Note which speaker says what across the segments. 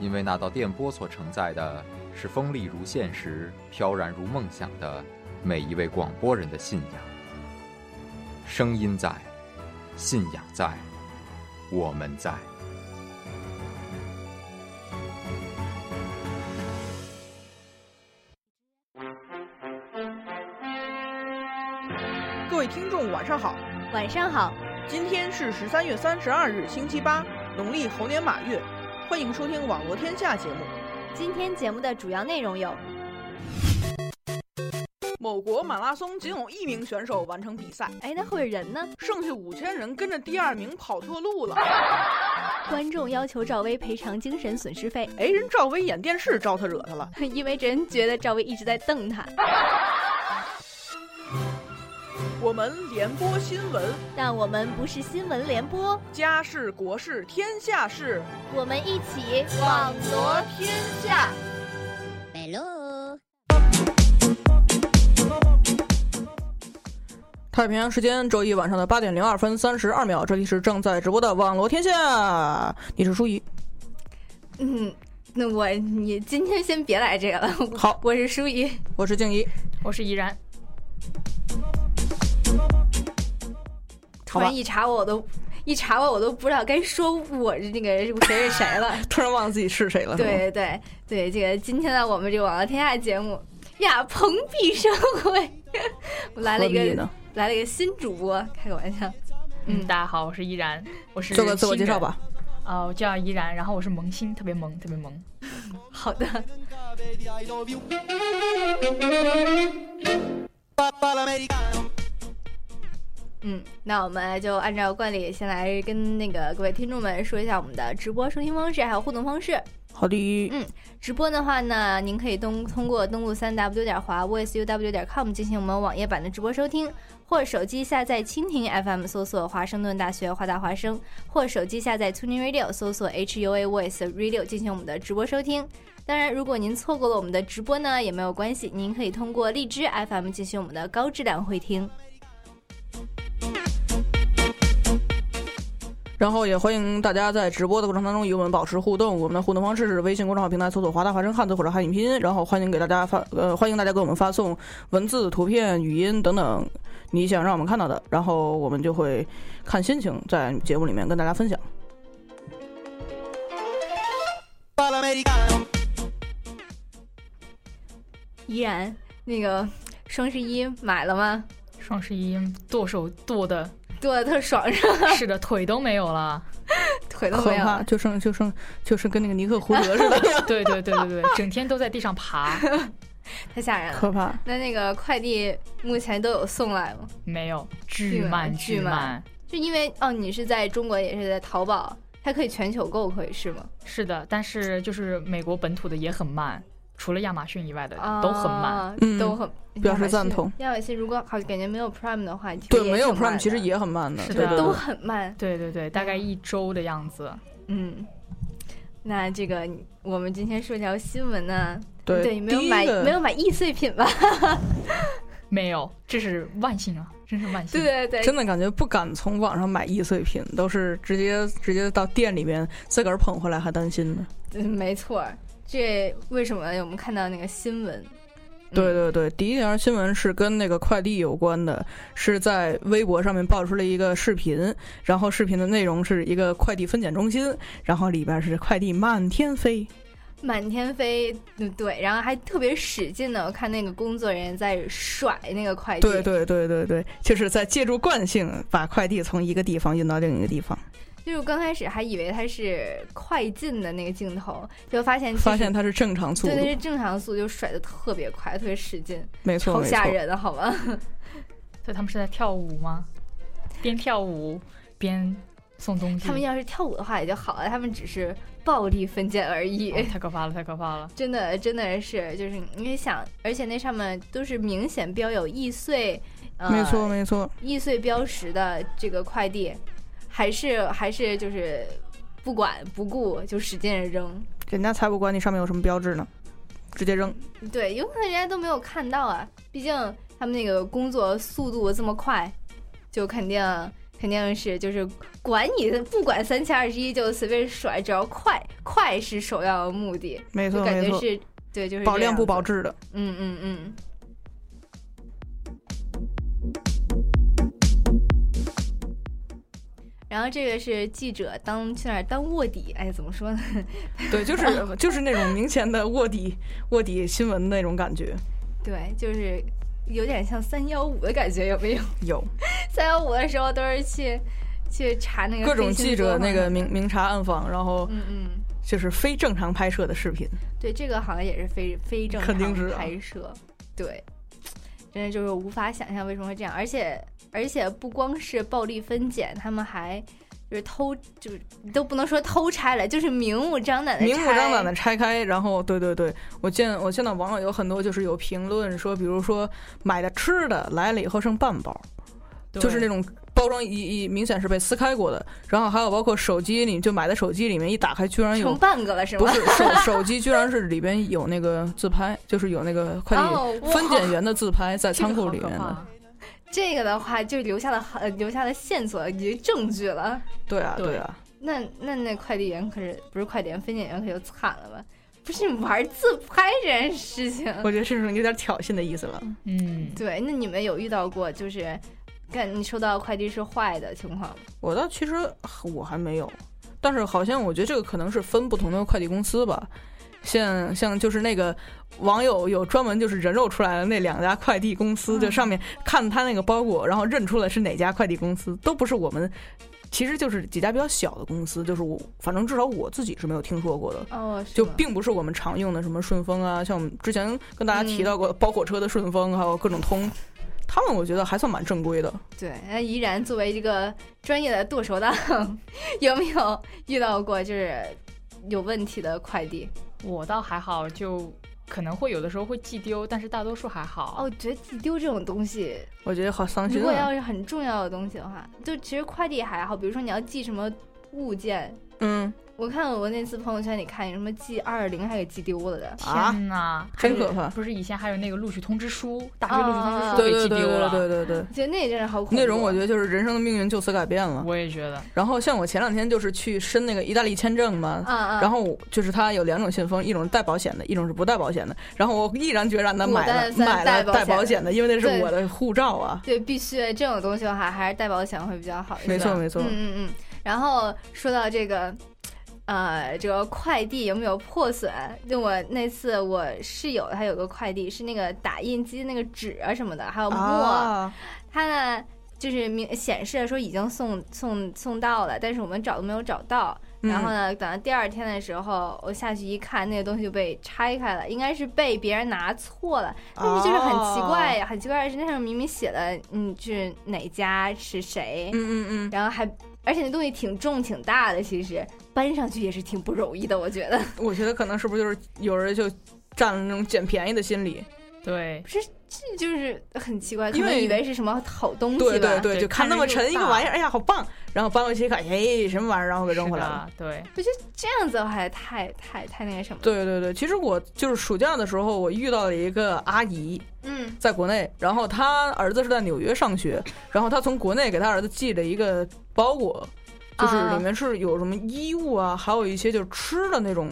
Speaker 1: 因为那道电波所承载的是锋利如现实、飘然如梦想的每一位广播人的信仰。声音在，信仰在，我们在。
Speaker 2: 各位听众，晚上好！
Speaker 3: 晚上好，
Speaker 2: 今天是十三月三十二日，星期八，农历猴年马月。欢迎收听《网络天下》节目。
Speaker 3: 今天节目的主要内容有：
Speaker 2: 某国马拉松仅有一名选手完成比赛，
Speaker 3: 哎，那会儿人呢？
Speaker 2: 剩下五千人跟着第二名跑错路了。
Speaker 3: 观众要求赵薇赔偿精神损失费，
Speaker 2: 哎，人赵薇演电视招他惹他了。
Speaker 3: 因为真觉得赵薇一直在瞪他。
Speaker 2: 我们联播新闻，
Speaker 3: 但我们不是新闻联播，
Speaker 2: 家事国事天下事，
Speaker 3: 我们一起
Speaker 2: 网罗天下。太平洋时间周一晚上的八点零二分三十二秒，这里是正在直播的网罗天下，你是舒怡。
Speaker 3: 嗯，那我你今天先别来这个了。
Speaker 2: 好
Speaker 3: 我是舒怡。
Speaker 2: 我是静怡。
Speaker 4: 我是怡然，
Speaker 3: 突
Speaker 2: 吧
Speaker 3: 然一查我，我都一查我，我都不知道该说我那个谁是谁了。
Speaker 2: 突然忘了自己是谁了，是吗，
Speaker 3: 对对对，这个今天呢，我们这个网络天下节目呀，蓬荜生辉。 我来了一
Speaker 2: 何必
Speaker 3: 个
Speaker 2: 呢
Speaker 3: 来了一个新主播，开个玩笑。
Speaker 4: 嗯，大家好，我是怡然，我是
Speaker 2: 做个自我介绍吧。
Speaker 4: 新人。啊、我叫怡然，然后我是萌新，特别萌，特别萌。
Speaker 3: 好的，嗯，那我们就按照惯例，先来跟那个各位听众们说一下我们的直播收听方式，还有互动方式。
Speaker 2: 好的
Speaker 3: 嗯，直播的话呢，您可以通通过登录三 w 点华 voiceuw 点 com 进行我们网页版的直播收听，或手机下载蜻蜓 FM 搜索华盛顿大学华大华声，或手机下载 Tuning Radio 搜索 HUA Voice Radio 进行我们的直播收听。当然，如果您错过了我们的直播呢，也没有关系，您可以通过荔枝 FM 进行我们的高质量回听。
Speaker 2: 然后也欢迎大家在直播的过程当中与我们保持互动。我们的互动方式是微信公众号平台搜索“华大华声汉字”或者汉语拼音，然后欢迎给大家发呃，欢迎大家给我们发送文字、图片、语音等等你想让我们看到的，然后我们就会看心情在节目里面跟大家分享。
Speaker 3: 依然，那个双十一买了吗？
Speaker 4: 双十一剁手剁的，
Speaker 3: 剁的特爽，
Speaker 4: 是的，腿都没有了。
Speaker 3: 腿都
Speaker 2: 可
Speaker 3: 没有
Speaker 2: 怕，
Speaker 3: 了。
Speaker 2: 就剩就剩就剩跟那个尼克胡德似的，
Speaker 4: 对对对对对，整天都在地上爬，
Speaker 3: 太吓人了。
Speaker 2: 可怕。
Speaker 3: 那那个快递目前都有送来吗？
Speaker 4: 没有，巨慢
Speaker 3: 巨
Speaker 4: 巨
Speaker 3: 慢
Speaker 4: 慢。
Speaker 3: 就因为哦，你是在中国，也是在淘宝，它可以全球购，可以是吗？
Speaker 4: 是的，但是就是美国本土的也很慢，除了亚马逊以外的呃都很慢。
Speaker 3: 啊
Speaker 2: 嗯
Speaker 3: 都很
Speaker 2: 表示赞同。
Speaker 3: 亚马逊亚马逊如果好感觉没有 Prime 的话，
Speaker 2: 对
Speaker 3: 其实，也
Speaker 2: 没有
Speaker 3: 挺慢
Speaker 2: Prime
Speaker 3: 的
Speaker 2: 其实也很慢的，
Speaker 4: 是
Speaker 2: 对
Speaker 4: 的
Speaker 2: 对
Speaker 3: 都
Speaker 2: 对。
Speaker 3: 很慢。
Speaker 4: 对对对，大概一周的样子。
Speaker 3: 嗯，那这个我们今天说条新闻呢，
Speaker 2: 对
Speaker 3: 对，没有
Speaker 2: 第一
Speaker 3: 买
Speaker 2: 个
Speaker 3: 没有买易 碎品吧？
Speaker 4: 没有，这是万幸啊，真是万幸。
Speaker 3: 对对对，
Speaker 2: 真的感觉不敢从网上买易碎品，都是直接直接到店里面自个儿捧回来，还担心呢。
Speaker 3: 嗯没错儿。这为什么我们看到那个新闻？嗯
Speaker 2: 对对对，第一条新闻是跟那个快递有关的，是在微博上面爆出了一个视频，然后视频的内容是一个快递分拣中心，然后里边是快递满天飞，
Speaker 3: 满天飞，嗯对，然后还特别使劲的，我看那个工作人员在甩那个快递，
Speaker 2: 对对对对对，就是在借助惯性把快递从一个地方运到另一个地方，
Speaker 3: 就是我刚开始还以为它是快进的那个镜头，就发现、就是、
Speaker 2: 发现它是正常速
Speaker 3: 对
Speaker 2: 度，
Speaker 3: 它是正常速度，就甩的特别快，特别使劲，
Speaker 2: 没错
Speaker 3: 好
Speaker 2: 没
Speaker 3: 吓
Speaker 2: 错，
Speaker 3: 人的好
Speaker 2: 嗯
Speaker 3: 吗？
Speaker 4: 所以他们是在跳舞吗？边跳舞边送东西，
Speaker 3: 他们要是跳舞的话也就好了，他们只是暴力分拣而已。
Speaker 2: 嗯
Speaker 4: 哦太可怕了，太可怕了。
Speaker 3: 真的，真的是，就是因为想，而且那上面都是明显标有易碎，呃、
Speaker 2: 没错，没错，
Speaker 3: 易碎标识的这个快递，还是还是就是不管不顾就使劲地扔，
Speaker 2: 人家才不管你上面有什么标志呢，直接扔。
Speaker 3: 对，有可能人家都没有看到啊，毕竟他们那个工作速度这么快，就肯定肯定是就是管你不管三七二十一就随便甩，只要快快是首要目的，
Speaker 2: 没
Speaker 3: 就
Speaker 2: 错，
Speaker 3: 感
Speaker 2: 嗯没
Speaker 3: 觉
Speaker 2: 错，
Speaker 3: 是对就是
Speaker 2: 保
Speaker 3: 这
Speaker 2: 量
Speaker 3: 样
Speaker 2: 不
Speaker 3: 子
Speaker 2: 保质的。
Speaker 3: 嗯嗯嗯。然后这个是记者当去那儿当卧底，哎，怎么说呢？
Speaker 2: 对，就是 就是那种明显的卧底卧底新闻那种感觉。
Speaker 3: 对，就是有点像三幺五的感觉，有没有？
Speaker 2: 有
Speaker 3: 三幺五的时候都是去去查那个
Speaker 2: 各种
Speaker 3: 黑心
Speaker 2: 记者
Speaker 3: 作
Speaker 2: 那
Speaker 3: 坊
Speaker 2: 个明明察暗访，然后
Speaker 3: 嗯嗯，
Speaker 2: 就是非正常拍摄的视频。
Speaker 3: 对，这个好像也是非非正
Speaker 2: 肯定
Speaker 3: 常
Speaker 2: 是啊
Speaker 3: 拍摄，对，真的就是无法想象为什么会这样，而且而且不光是暴力分拣，他们还就是偷，就是都不能说偷拆了，就是明目张胆的
Speaker 2: 明目张胆的拆开，然后对对对，我见我见到网友有很多就是有评论说，比如说买的吃的来了以后剩半包，
Speaker 4: 对
Speaker 2: 就是那种包装一一明显是被撕开过的，然后还有包括手机里就买的手机里面一打开居然有
Speaker 3: 成半个了是
Speaker 2: 不
Speaker 3: 吗？
Speaker 2: 是手手机居然是里边有那个自拍，就是有那个快递
Speaker 3: 哦，哇
Speaker 2: 分拣员的自拍在仓库里面
Speaker 4: 这个好可
Speaker 2: 的
Speaker 4: 怕，
Speaker 3: 这个的话就留下了很呃留下了线索以及证据了。
Speaker 2: 对啊
Speaker 4: 对
Speaker 2: 对啊，
Speaker 3: 那那那快递员可是不是快递员分拣员可就惨了吧？不是玩自拍这件事情，
Speaker 2: 我觉得这种有点挑衅的意思了。
Speaker 4: 嗯，
Speaker 3: 对，那你们有遇到过就是，干你收到快递是坏的情况吗？
Speaker 2: 我倒其实我还没有，但是好像我觉得这个可能是分不同的快递公司吧。像像就是那个网友有专门就是人肉出来的那两家快递公司，
Speaker 3: 嗯
Speaker 2: 就上面看他那个包裹，然后认出来是哪家快递公司，都不是我们，其实就是几家比较小的公司，就是我反正至少我自己是没有听说过的。
Speaker 3: 哦，
Speaker 2: 就并不是我们常用的什么顺丰啊，像我们之前跟大家提
Speaker 3: 嗯
Speaker 2: 到过包火车的顺丰，还有各种通，他们我觉得还算蛮正规的。
Speaker 3: 对。那依然作为一个专业的剁手党， 有没有遇到过就是有问题的快递？
Speaker 4: 我倒还好，就可能会有的时候会寄丢，但是大多数还好。
Speaker 3: 哦，我觉得寄丢这种东西，
Speaker 2: 我觉得好伤
Speaker 3: 如
Speaker 2: 心
Speaker 3: 果
Speaker 2: 啊
Speaker 3: 要！是很重要的东西的话，就其实快递还好，比如说你要寄什么物件。
Speaker 2: 嗯，
Speaker 3: 我看我那次朋友圈里看有什么寄二二零还给寄丢了的，
Speaker 2: 啊
Speaker 4: 天哪，
Speaker 2: 真
Speaker 4: 还有
Speaker 2: 可怕哦
Speaker 4: 不是以前还有那个录取通知书，大学录取通知
Speaker 3: 啊
Speaker 4: 书
Speaker 2: 对
Speaker 4: 被
Speaker 2: 对
Speaker 4: 寄
Speaker 2: 对
Speaker 4: 丢
Speaker 2: 对
Speaker 4: 了。
Speaker 2: 对对对，
Speaker 3: 我觉得那真是好恐怖。啊
Speaker 2: 那种我觉得就是人生的命运就此改变了。
Speaker 4: 我也觉得，
Speaker 2: 然后像我前两天就是去申那个意大利签证嘛。
Speaker 3: 啊啊，
Speaker 2: 然后就是它有两种信封，一种是带保险的，一种是不带保险的。然后我毅然决然的买
Speaker 3: 我带
Speaker 2: 了
Speaker 3: 三
Speaker 2: 买
Speaker 3: 带
Speaker 2: 了
Speaker 3: 保
Speaker 2: 带
Speaker 3: 险
Speaker 2: 保
Speaker 3: 的
Speaker 2: 险的，因为那是
Speaker 3: 对
Speaker 2: 我的护照啊。
Speaker 3: 对，必须这种东西的话，还是带保险会比较好一些。
Speaker 2: 没错没错
Speaker 3: 嗯，嗯嗯。然后说到这个，呃，这个快递有没有破损？就我那次我室友他有个快递是那个打印机那个纸啊什么的，还有墨，
Speaker 2: 啊，
Speaker 3: 他呢就是明显示说已经送送送到了，但是我们找都没有找到。
Speaker 2: 嗯
Speaker 3: 然后呢，等到第二天的时候，我下去一看，那个东西就被拆开了，应该是被别人拿错了。但是就是很
Speaker 2: 哦
Speaker 3: 奇怪，呀，很奇怪的是，那上明明写了，嗯，是哪家是谁，
Speaker 2: 嗯嗯嗯，
Speaker 3: 然后还。而且那东西挺重挺大的，其实搬上去也是挺不容易的，我觉得。
Speaker 2: 我觉得可能是不是就是有人就占了那种捡便宜的心理，
Speaker 4: 对，
Speaker 3: 这就是很奇怪，可
Speaker 2: 因为
Speaker 3: 能以为是什么好东西吧。
Speaker 2: 对对对，
Speaker 4: 对
Speaker 2: 就看
Speaker 4: 看
Speaker 2: 那
Speaker 4: 着
Speaker 2: 么
Speaker 4: 又
Speaker 2: 沉一个
Speaker 4: 大
Speaker 2: 玩意儿，哎呀，好棒！然后搬回去一看，哎，什么玩意儿，然后给扔回来了。
Speaker 4: 是的。对，
Speaker 3: 我觉得这样子的话，太太太那个什么。，
Speaker 2: 对对对，其实我就是暑假的时候，我遇到了一个阿姨，
Speaker 3: 嗯
Speaker 2: 在国内，然后她儿子是在纽约上学，然后她从国内给她儿子寄了一个包裹，就是
Speaker 3: 啊
Speaker 2: 里面是有什么衣物啊，还有一些就是吃的那种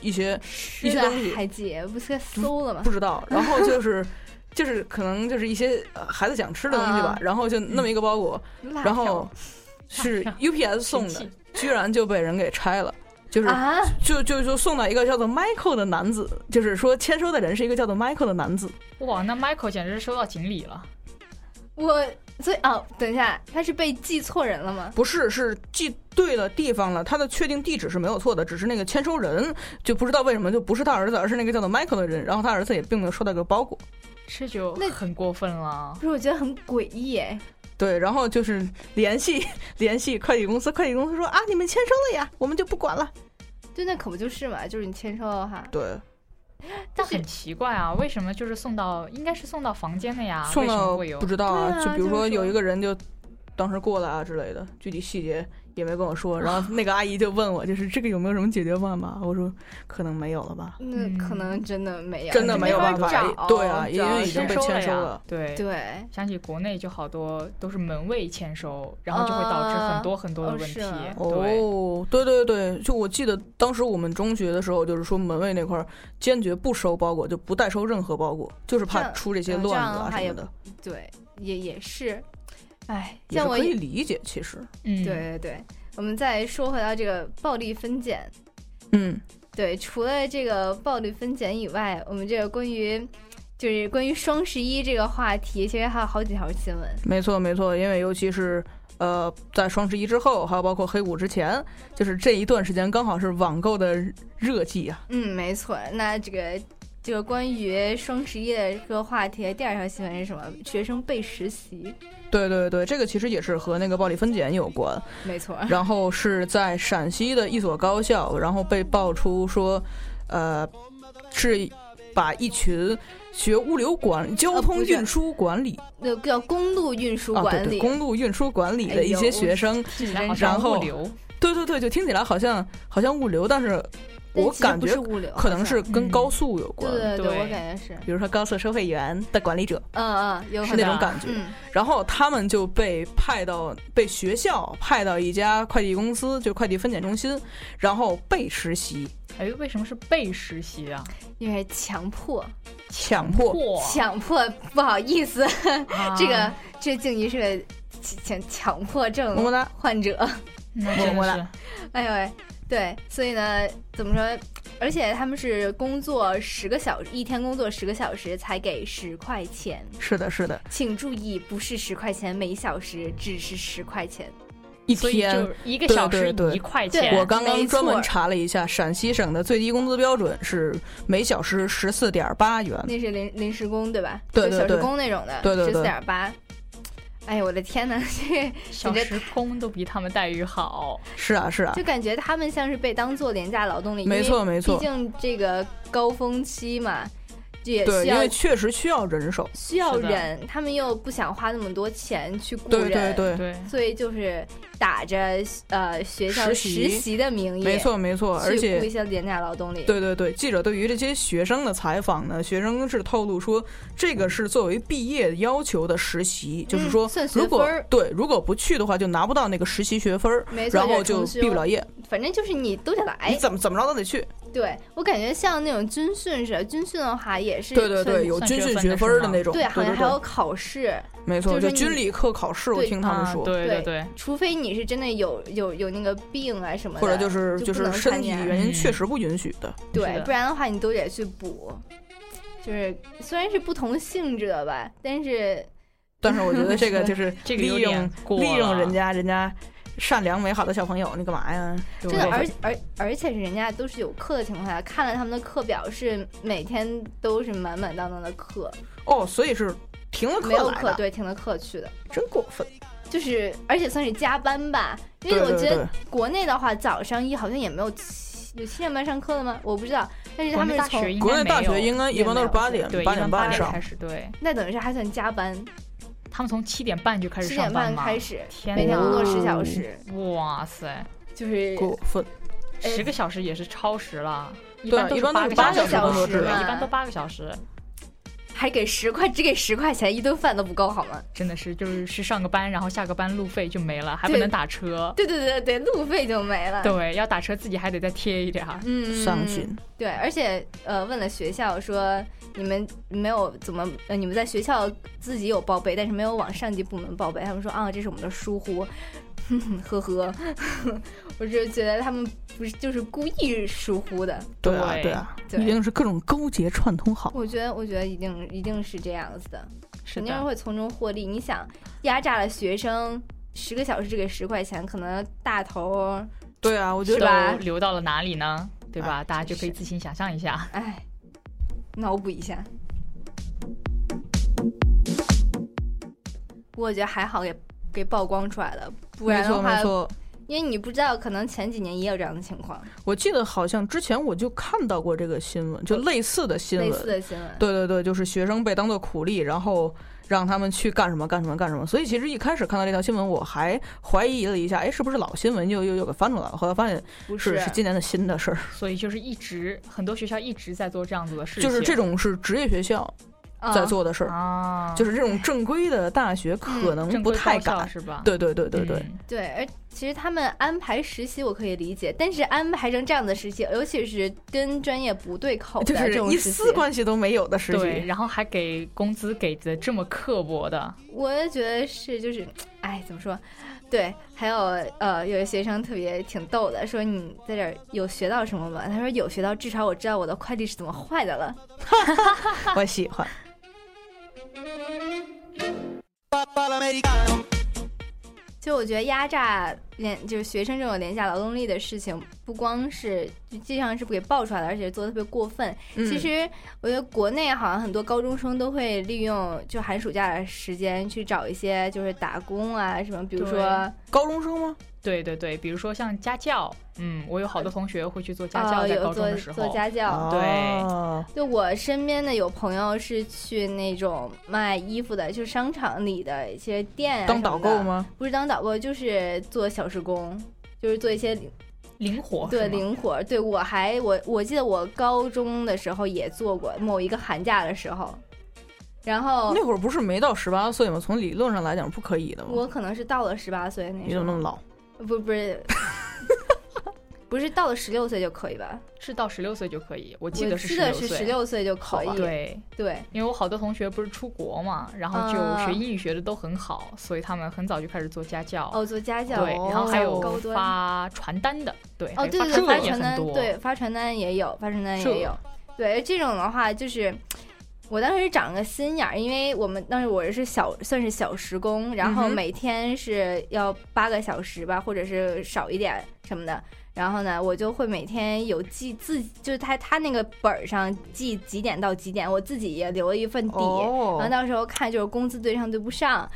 Speaker 2: 一些 一
Speaker 3: 是
Speaker 2: 些
Speaker 3: 的
Speaker 2: 东西，嗯
Speaker 3: 海姐不是搜了吗
Speaker 2: 不？知道，然后就是 就是可能就是一些呃孩子想吃的东西吧，
Speaker 3: 啊
Speaker 2: 然后就那么一个包裹，然
Speaker 3: 辣条
Speaker 2: 后是
Speaker 4: 辣条
Speaker 2: UPS 送
Speaker 4: 神
Speaker 2: 的
Speaker 4: 器，
Speaker 2: 居然就被人给拆了，就是
Speaker 3: 啊，
Speaker 2: 就就就送到一个叫做 Michael 的男子，就是说签收的人是一个叫做 Michael 的男子，
Speaker 4: 哇，那 Michael 简直是收到锦鲤了。
Speaker 3: 我所以哦，等一下，他是被记错人了吗？
Speaker 2: 不是，是寄对了地方了，他的确定地址是没有错的，只是那个签收人就不知道为什么就不是他儿子，而是那个叫做 Michael 的人，然后他儿子也并没有收到这个包裹，
Speaker 4: 这就
Speaker 3: 那
Speaker 4: 很过分了
Speaker 3: 不。是，我觉得很诡异哎。
Speaker 2: 对，然后就是联系联系快递公司，快递公司说啊，你们签收了呀，我们就不管了。
Speaker 3: 对，那可不就是嘛，就是你签收了哈，
Speaker 2: 对，
Speaker 4: 但很奇怪啊，为什么就是送到应该是送到房间的呀？
Speaker 2: 送
Speaker 4: 啊为什么
Speaker 2: 到
Speaker 4: 会有
Speaker 2: 不知道
Speaker 3: 对啊
Speaker 2: 就比如
Speaker 3: 就是
Speaker 2: 说
Speaker 3: 说
Speaker 2: 有一个人就当时过来啊之类的，具体细节也没跟我说。然 后那个阿姨就问我，就是这个有没有什么解决办法？我说可能没有了吧，
Speaker 3: 那
Speaker 4: 嗯
Speaker 3: 可能真的没有，
Speaker 2: 真的
Speaker 4: 就
Speaker 2: 没有
Speaker 4: 没
Speaker 2: 办
Speaker 4: 法
Speaker 2: 法。
Speaker 3: 找
Speaker 2: 对啊，因
Speaker 3: 找
Speaker 2: 为已经
Speaker 4: 签
Speaker 2: 被
Speaker 4: 收
Speaker 2: 签收
Speaker 4: 呀
Speaker 2: 了。
Speaker 4: 对。
Speaker 3: 对。
Speaker 4: 想起国内就好多都是门卫签收，然后就会导致很多很多的问
Speaker 3: 哦是
Speaker 4: 题。
Speaker 3: 啊
Speaker 4: 对，
Speaker 2: 哦，对对对，就我记得当时我们中学的时候，就是说门卫那块儿坚决不收包裹，就不代收任何包裹，就是
Speaker 3: 这
Speaker 2: 怕
Speaker 3: 样
Speaker 2: 出这些
Speaker 3: 嗯这
Speaker 2: 乱
Speaker 3: 样
Speaker 2: 子
Speaker 3: 的
Speaker 2: 啊
Speaker 3: 话
Speaker 2: 什
Speaker 3: 也
Speaker 2: 么的，
Speaker 3: 对，也也是，哎，
Speaker 2: 也
Speaker 3: 像
Speaker 2: 是
Speaker 3: 我
Speaker 2: 可
Speaker 3: 一，
Speaker 2: 以理解。其实，
Speaker 4: 嗯，
Speaker 3: 对对对，我们再说回到这个暴力分拣，
Speaker 2: 嗯，
Speaker 3: 对，除了这个暴力分拣以外，我们这个关于就是关于双十一这个话题，其实还有好几条新闻，
Speaker 2: 没错没错，因为尤其是呃，在双十一之后，还有包括黑五之前，就是这一段时间刚好是网购的热季啊。
Speaker 3: 嗯，没错，那这个。这个关于双十一的这个话题，第二条新闻是什么？学生被实习，
Speaker 2: 对对对，这个其实也是和那个暴力分拣有关。
Speaker 3: 没错，
Speaker 2: 然后是在陕西的一所高校，然后被爆出说，呃，是把一群学物流管、交通运输管理
Speaker 3: 那个叫啊公路运输
Speaker 2: 啊
Speaker 3: 管
Speaker 2: 对对，
Speaker 3: 理，哎
Speaker 2: 公路运输管理的一些学生，
Speaker 3: 这
Speaker 4: 然
Speaker 3: 真
Speaker 4: 后
Speaker 3: 是
Speaker 2: 然后
Speaker 4: 物流，
Speaker 2: 对对对，就听起来好像好像物流，但是
Speaker 3: 但
Speaker 2: 我
Speaker 3: 其实
Speaker 2: 感
Speaker 3: 不
Speaker 2: 觉
Speaker 3: 是物流，
Speaker 2: 可能
Speaker 3: 好像
Speaker 2: 是跟
Speaker 4: 嗯
Speaker 2: 高速有关，
Speaker 3: 对对对，
Speaker 4: 对
Speaker 3: 我感觉是，
Speaker 2: 比如说高速收费员的管理者
Speaker 3: 嗯嗯，有可
Speaker 2: 是
Speaker 3: 能
Speaker 2: 那种感觉。
Speaker 3: 嗯，
Speaker 2: 然后他们就被派到被学校派到一家快递公司，就快递分拣中心，然后被实习，
Speaker 4: 哎，为什么是被实习啊？
Speaker 3: 因为强迫，
Speaker 2: 强迫。
Speaker 3: 嗯
Speaker 4: 嚯
Speaker 3: 强迫，不好意思，
Speaker 4: 啊
Speaker 3: 这个这静怡是个强强迫
Speaker 2: 么
Speaker 3: 症
Speaker 2: 么哒，
Speaker 3: 患者，
Speaker 4: 那
Speaker 2: 摸
Speaker 4: 真
Speaker 2: 摸
Speaker 4: 的
Speaker 2: 了
Speaker 4: 是
Speaker 3: 哎呦喂，对，所以呢，怎么说？而且他们是工作十个小时，一天工作十个小时才给十块钱，
Speaker 2: 是的，是的，
Speaker 3: 请注意，不是十块钱每小时，只是十块钱。
Speaker 2: 一
Speaker 4: 所以
Speaker 2: 天
Speaker 4: 就。是一个
Speaker 2: 对
Speaker 4: 小
Speaker 2: 对
Speaker 4: 时
Speaker 2: 对
Speaker 4: 一块
Speaker 3: 对
Speaker 4: 钱，
Speaker 2: 我刚刚
Speaker 3: 没
Speaker 2: 专门
Speaker 3: 错
Speaker 2: 查了一下，陕西省的最低工资标准是每小时十四点八元。
Speaker 3: 那是临临时工对吧？
Speaker 2: 对
Speaker 3: 就
Speaker 2: 对
Speaker 3: 小时
Speaker 2: 对
Speaker 3: 工那种的，
Speaker 2: 对对
Speaker 3: 十
Speaker 2: 对
Speaker 3: 四点八。哎呦我的天呐，这
Speaker 4: 小时工都比他们待遇 好。
Speaker 2: 是啊，是啊，
Speaker 3: 就感觉他们像是被当做廉价劳动力，因为
Speaker 2: 没错没错
Speaker 3: 毕竟这个高峰期嘛，也
Speaker 2: 对，
Speaker 3: 需
Speaker 2: 因
Speaker 3: 要
Speaker 2: 为确实需要人手。
Speaker 3: 需要
Speaker 4: 是的
Speaker 3: 人，他们又不想花那么多钱去雇
Speaker 2: 对
Speaker 3: 人，
Speaker 2: 对对，
Speaker 4: 对，
Speaker 3: 所以就是打着呃学校
Speaker 2: 实习
Speaker 3: 实习的名义，
Speaker 2: 没，错没错，而
Speaker 3: 去雇一
Speaker 2: 且。
Speaker 3: 些廉价劳动力，
Speaker 2: 对对对，记者对于这些学生的采访呢，学生是透露说，这个是作为毕业要求的实习，就是
Speaker 3: 嗯
Speaker 2: 说
Speaker 3: 算，学
Speaker 2: 如果
Speaker 3: 分儿
Speaker 2: 对如果不去的话，就拿不到那个实习学分儿，
Speaker 3: 没错，
Speaker 2: 然后就
Speaker 3: 重修
Speaker 2: 毕不了业。
Speaker 3: 反正就是你都得
Speaker 2: 你
Speaker 3: 来。
Speaker 2: 怎么怎么着都得去。
Speaker 3: 对我感觉像那种军训似的，军训的话也是
Speaker 2: 对对
Speaker 3: 算
Speaker 2: 对，有
Speaker 4: 算
Speaker 2: 军
Speaker 4: 学
Speaker 2: 训
Speaker 4: 分
Speaker 2: 学
Speaker 4: 的
Speaker 2: 分
Speaker 4: 是
Speaker 2: 儿的
Speaker 4: 吗
Speaker 2: 那种，
Speaker 3: 对，好像
Speaker 2: 对
Speaker 3: 还有考试，
Speaker 2: 没错，
Speaker 3: 就
Speaker 2: 就
Speaker 3: 是你
Speaker 2: 军理课考试，我
Speaker 3: 对
Speaker 2: 听他们
Speaker 4: 啊
Speaker 2: 说，
Speaker 4: 对
Speaker 3: 对
Speaker 4: 对对，
Speaker 3: 除非你是真的有有有那个病啊什么
Speaker 2: 或
Speaker 3: 的，
Speaker 2: 者就是
Speaker 3: 就不
Speaker 2: 是
Speaker 3: 能
Speaker 2: 身
Speaker 3: 参
Speaker 2: 体
Speaker 3: 加
Speaker 2: 原因
Speaker 4: 嗯
Speaker 2: 确实不允许的。
Speaker 3: 对
Speaker 4: 是，的
Speaker 3: 不然的话你都得去补。就是虽然是不同性质的吧，但是
Speaker 2: 但是我觉得这
Speaker 3: 嗯
Speaker 2: 个就是
Speaker 4: 这个有
Speaker 2: 利用
Speaker 4: 点过
Speaker 2: 利用人
Speaker 4: 了
Speaker 2: 家人家善良美好的小朋友，你干嘛呀？
Speaker 4: 对
Speaker 3: 真的，而而而且是人家都是有课的情况下，看了他们的课表是每天都是满满当当的课，
Speaker 2: 哦，所以是停了
Speaker 3: 没有
Speaker 2: 课来
Speaker 3: 课
Speaker 2: 的，
Speaker 3: 对停了课去的，
Speaker 2: 真过分。
Speaker 3: 就是而且算是加班吧，因
Speaker 2: 对
Speaker 3: 为我
Speaker 2: 对
Speaker 3: 觉得
Speaker 2: 对，
Speaker 3: 国内的话早上一好像也没有七有七点半上课的吗？我不知道，但是
Speaker 4: 国
Speaker 3: 他
Speaker 4: 内
Speaker 3: 们
Speaker 4: 大
Speaker 3: 是从
Speaker 4: 学应
Speaker 2: 国
Speaker 4: 该
Speaker 2: 内大
Speaker 4: 没有
Speaker 2: 学应该一
Speaker 3: 也
Speaker 2: 般
Speaker 3: 没
Speaker 2: 都是
Speaker 3: 有
Speaker 2: 八
Speaker 3: 对
Speaker 2: 点
Speaker 4: 对一
Speaker 2: 八
Speaker 4: 般八
Speaker 2: 半
Speaker 4: 点
Speaker 2: 上
Speaker 4: 开，始，对，
Speaker 3: 那等于是还算加班，
Speaker 4: 他们从七点半就开始
Speaker 3: 七
Speaker 4: 上
Speaker 3: 点
Speaker 4: 班
Speaker 3: 半
Speaker 4: 嘛，
Speaker 3: 开始，
Speaker 4: 天
Speaker 3: 每天
Speaker 4: 哪
Speaker 3: 工作十
Speaker 2: 嗯
Speaker 3: 小时，
Speaker 4: 哇塞，
Speaker 3: 就是
Speaker 2: 过分。
Speaker 3: 哎
Speaker 4: 十个小时也是超时了，一
Speaker 2: 呃对啊
Speaker 4: 般都
Speaker 2: 一般都
Speaker 4: 八
Speaker 2: 是
Speaker 4: 个
Speaker 2: 八
Speaker 3: 个小
Speaker 4: 小
Speaker 3: 时
Speaker 4: 对，
Speaker 2: 啊
Speaker 3: 嘛
Speaker 4: 一般都八个小时，
Speaker 3: 还给十块，只给十块钱，一顿饭都不够好吗？
Speaker 4: 真的是就是是上个班，然后下个班路费就没了，还不
Speaker 3: 对
Speaker 4: 能打车，
Speaker 3: 对对对对，路费就没了。
Speaker 4: 对，要打车自己还得再贴一点儿。
Speaker 3: 嗯，
Speaker 2: 伤心。
Speaker 3: 对，而且呃，问了学校说你们没有怎么呃，你们在学校自己有报备，但是没有往上级部门报备。他们说啊，这是我们的疏忽，哼哼呵呵。 我就觉得他们不是就是故意疏忽的。
Speaker 2: 对啊，
Speaker 4: 对
Speaker 2: 对啊，
Speaker 3: 对
Speaker 2: 一定是各种勾结串通好。
Speaker 3: 我觉得，我觉得一定一定是这样子的，
Speaker 4: 是
Speaker 3: 肯定是
Speaker 4: 的，
Speaker 3: 会从中获利。你想，压榨了学生十个小时只给十块钱，可能大头儿，
Speaker 2: 对啊，我觉
Speaker 3: 是
Speaker 2: 得
Speaker 3: 吧
Speaker 4: 都流到了哪里呢？对吧？
Speaker 2: 哎
Speaker 4: 大家就
Speaker 3: 真
Speaker 4: 可以
Speaker 3: 是
Speaker 4: 自行想象一下。
Speaker 3: 哎，脑补一下。不过我觉得还好给给曝光出来了，不
Speaker 2: 没
Speaker 3: 然
Speaker 2: 错
Speaker 3: 的
Speaker 2: 没
Speaker 3: 话，
Speaker 2: 错，
Speaker 3: 因为你不知道，可能前几年也有这样的情况，
Speaker 2: 我记得好像之前我就看到过这个新闻，就类似的新闻，
Speaker 3: 类似的新闻。
Speaker 2: 对对对，就是学生被当做苦力，然后让他们去干什么干什么干什么。所以其实一开始看到这条新闻，我还怀疑了一下，哎，是不是老新闻又又又给翻出来了？后来发现
Speaker 3: 不
Speaker 2: 是是今年的新的事儿，
Speaker 4: 所以就是一直很多学校一直在做这样子的事情，
Speaker 2: 就是这种是职业学校
Speaker 3: 啊
Speaker 2: 在做的事儿，
Speaker 4: 啊，
Speaker 2: 就是这种正规的大学可能
Speaker 4: 嗯正
Speaker 2: 不
Speaker 4: 规
Speaker 2: 太
Speaker 4: 高校
Speaker 2: 敢。
Speaker 4: 是吧？
Speaker 2: 对对对对对，
Speaker 4: 嗯
Speaker 3: 对，而其实他们安排实习我可以理解，但是安排成这样的实习，尤其是跟专业不对口
Speaker 2: 就
Speaker 3: 的这
Speaker 2: 是
Speaker 3: 种
Speaker 2: 一
Speaker 3: 实习，
Speaker 2: 丝关系都没有的实
Speaker 4: 对，
Speaker 2: 习。
Speaker 4: 然后还给工资给的这么刻薄的，
Speaker 3: 我也觉得是就是，哎，怎么说？对，还有呃，有的学生特别挺逗的，说你在这儿有学到什么吗？他说有学到，至少我知道我的快递是怎么坏的了。
Speaker 2: 我喜 欢。
Speaker 3: 就我觉得压榨廉就是学生这种廉价劳动力的事情，不光是实际上是不给爆出来的，而且做的特别过分。其
Speaker 2: 嗯
Speaker 3: 实我觉得国内好像很多高中生都会利用就寒暑假的时间去找一些就是打工啊什么，比如说
Speaker 2: 高中生吗？
Speaker 4: 对对对，比如说像家教，嗯，我有好多同学会去
Speaker 2: 啊
Speaker 4: 做家教，
Speaker 3: 呃
Speaker 4: 在
Speaker 3: 有
Speaker 4: 高中
Speaker 3: 做
Speaker 4: 的时候，
Speaker 3: 做家教。
Speaker 4: 对
Speaker 2: 哦
Speaker 3: 就我身边的有朋友是去那种卖衣服的，就是商场里的一些店啊
Speaker 2: 当
Speaker 3: 什么
Speaker 2: 导
Speaker 3: 的
Speaker 2: 购？吗？
Speaker 3: 不是当导购，就是做小时工，就是做一些
Speaker 4: 灵活，
Speaker 3: 对
Speaker 4: 哦是吗
Speaker 3: 灵活。对我还我我记得我高中的时候也做过某一个寒假的时候，然
Speaker 4: 哦
Speaker 3: 后
Speaker 2: 那会儿不是没到十八岁吗？从理论上来讲不可以的吗？
Speaker 3: 我可能是到了十八岁那
Speaker 2: 你
Speaker 3: 时
Speaker 2: 怎
Speaker 3: 候
Speaker 2: 么那，么老？
Speaker 3: 不不是，不是到了十六岁就可以吧？
Speaker 4: 是到十六岁就可以，我记
Speaker 3: 我
Speaker 4: 得是
Speaker 3: 记得是
Speaker 4: 岁，
Speaker 3: 十六岁就
Speaker 2: 好
Speaker 3: 可以。
Speaker 4: 对，
Speaker 3: 对
Speaker 4: 因为我好多同学不是出国嘛，然后就
Speaker 3: 啊
Speaker 4: 学英语学的都很好，所以他们很早就开始做家教，
Speaker 3: 哦，做家教，
Speaker 4: 对，然后还有
Speaker 3: 高端。
Speaker 4: 发传单的，对，
Speaker 3: 哦，
Speaker 4: 还有
Speaker 3: 对对
Speaker 4: 发
Speaker 3: 对，发
Speaker 4: 也
Speaker 3: 传
Speaker 4: 很
Speaker 3: 单，
Speaker 4: 多，
Speaker 3: 对发传单也有，发传单
Speaker 4: 这
Speaker 3: 也有。对这种的话，就是我当时长个心眼儿，因为我们当时我是小，算是小时工，然后
Speaker 2: 嗯哼
Speaker 3: 每天是要八个小时吧，或者是少一点什么的。然后呢，我就会每天有记自，就是他他那个本儿上记几点到几点，我自己也留了一份底。然后
Speaker 2: 哦，
Speaker 3: 到时候看就是工资对上对不上，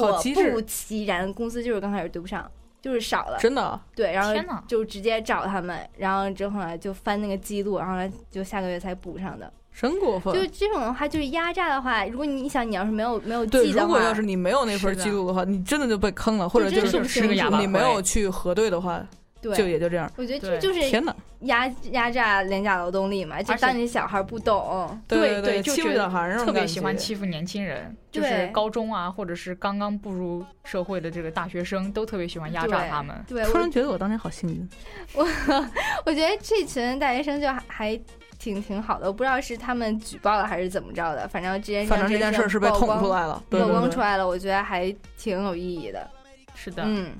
Speaker 2: 好
Speaker 3: 果
Speaker 2: 机智
Speaker 3: 不其然，工资就是刚开始对不上，就是少了。
Speaker 2: 真的啊
Speaker 3: 对，然后
Speaker 4: 天哪
Speaker 3: 就直接找他们，然后之后呢就翻那个记录，然后呢就下个月才补上的。
Speaker 2: 真过
Speaker 3: 就
Speaker 2: 分。
Speaker 3: 这种的话，就是压榨的话，如果你想你要是没有没有
Speaker 2: 对，
Speaker 3: 记的
Speaker 2: 如果
Speaker 3: 话，
Speaker 2: 要是你没有那份记录的话，你真的就被坑了，或者
Speaker 3: 真
Speaker 2: 就是是
Speaker 3: 不
Speaker 4: 是个
Speaker 3: 清
Speaker 4: 哑
Speaker 3: 楚
Speaker 4: 巴
Speaker 2: 你没有去核对的话，就
Speaker 3: 对，
Speaker 2: 也就这样。
Speaker 3: 我觉得这
Speaker 4: 对
Speaker 3: 就是
Speaker 2: 天哪，
Speaker 3: 压压榨廉价劳动力嘛，就
Speaker 4: 而且
Speaker 3: 当你小孩不懂，
Speaker 4: 对
Speaker 2: 对
Speaker 4: 对就
Speaker 2: 欺负
Speaker 4: 觉得
Speaker 2: 小孩儿那种
Speaker 4: 特别
Speaker 2: 感觉
Speaker 4: 喜欢欺负年轻人，就是
Speaker 3: 对
Speaker 4: 高中啊，或者是刚刚步入社会的这个大学生，都特别喜欢压榨
Speaker 3: 对
Speaker 4: 他们。
Speaker 3: 对
Speaker 2: 突
Speaker 3: 我
Speaker 2: 然觉得我当年好幸运。
Speaker 3: 我觉得这群大学生就还还挺挺好的，我不知道是他们举报了还是怎么着的，反正这件
Speaker 2: 反正这件事儿是被
Speaker 3: 曝
Speaker 2: 捅
Speaker 3: 光
Speaker 2: 出来了，对
Speaker 3: 曝
Speaker 2: 对
Speaker 3: 光
Speaker 2: 对
Speaker 3: 出来了，我觉得还挺有意义的。
Speaker 4: 是的，
Speaker 3: 嗯，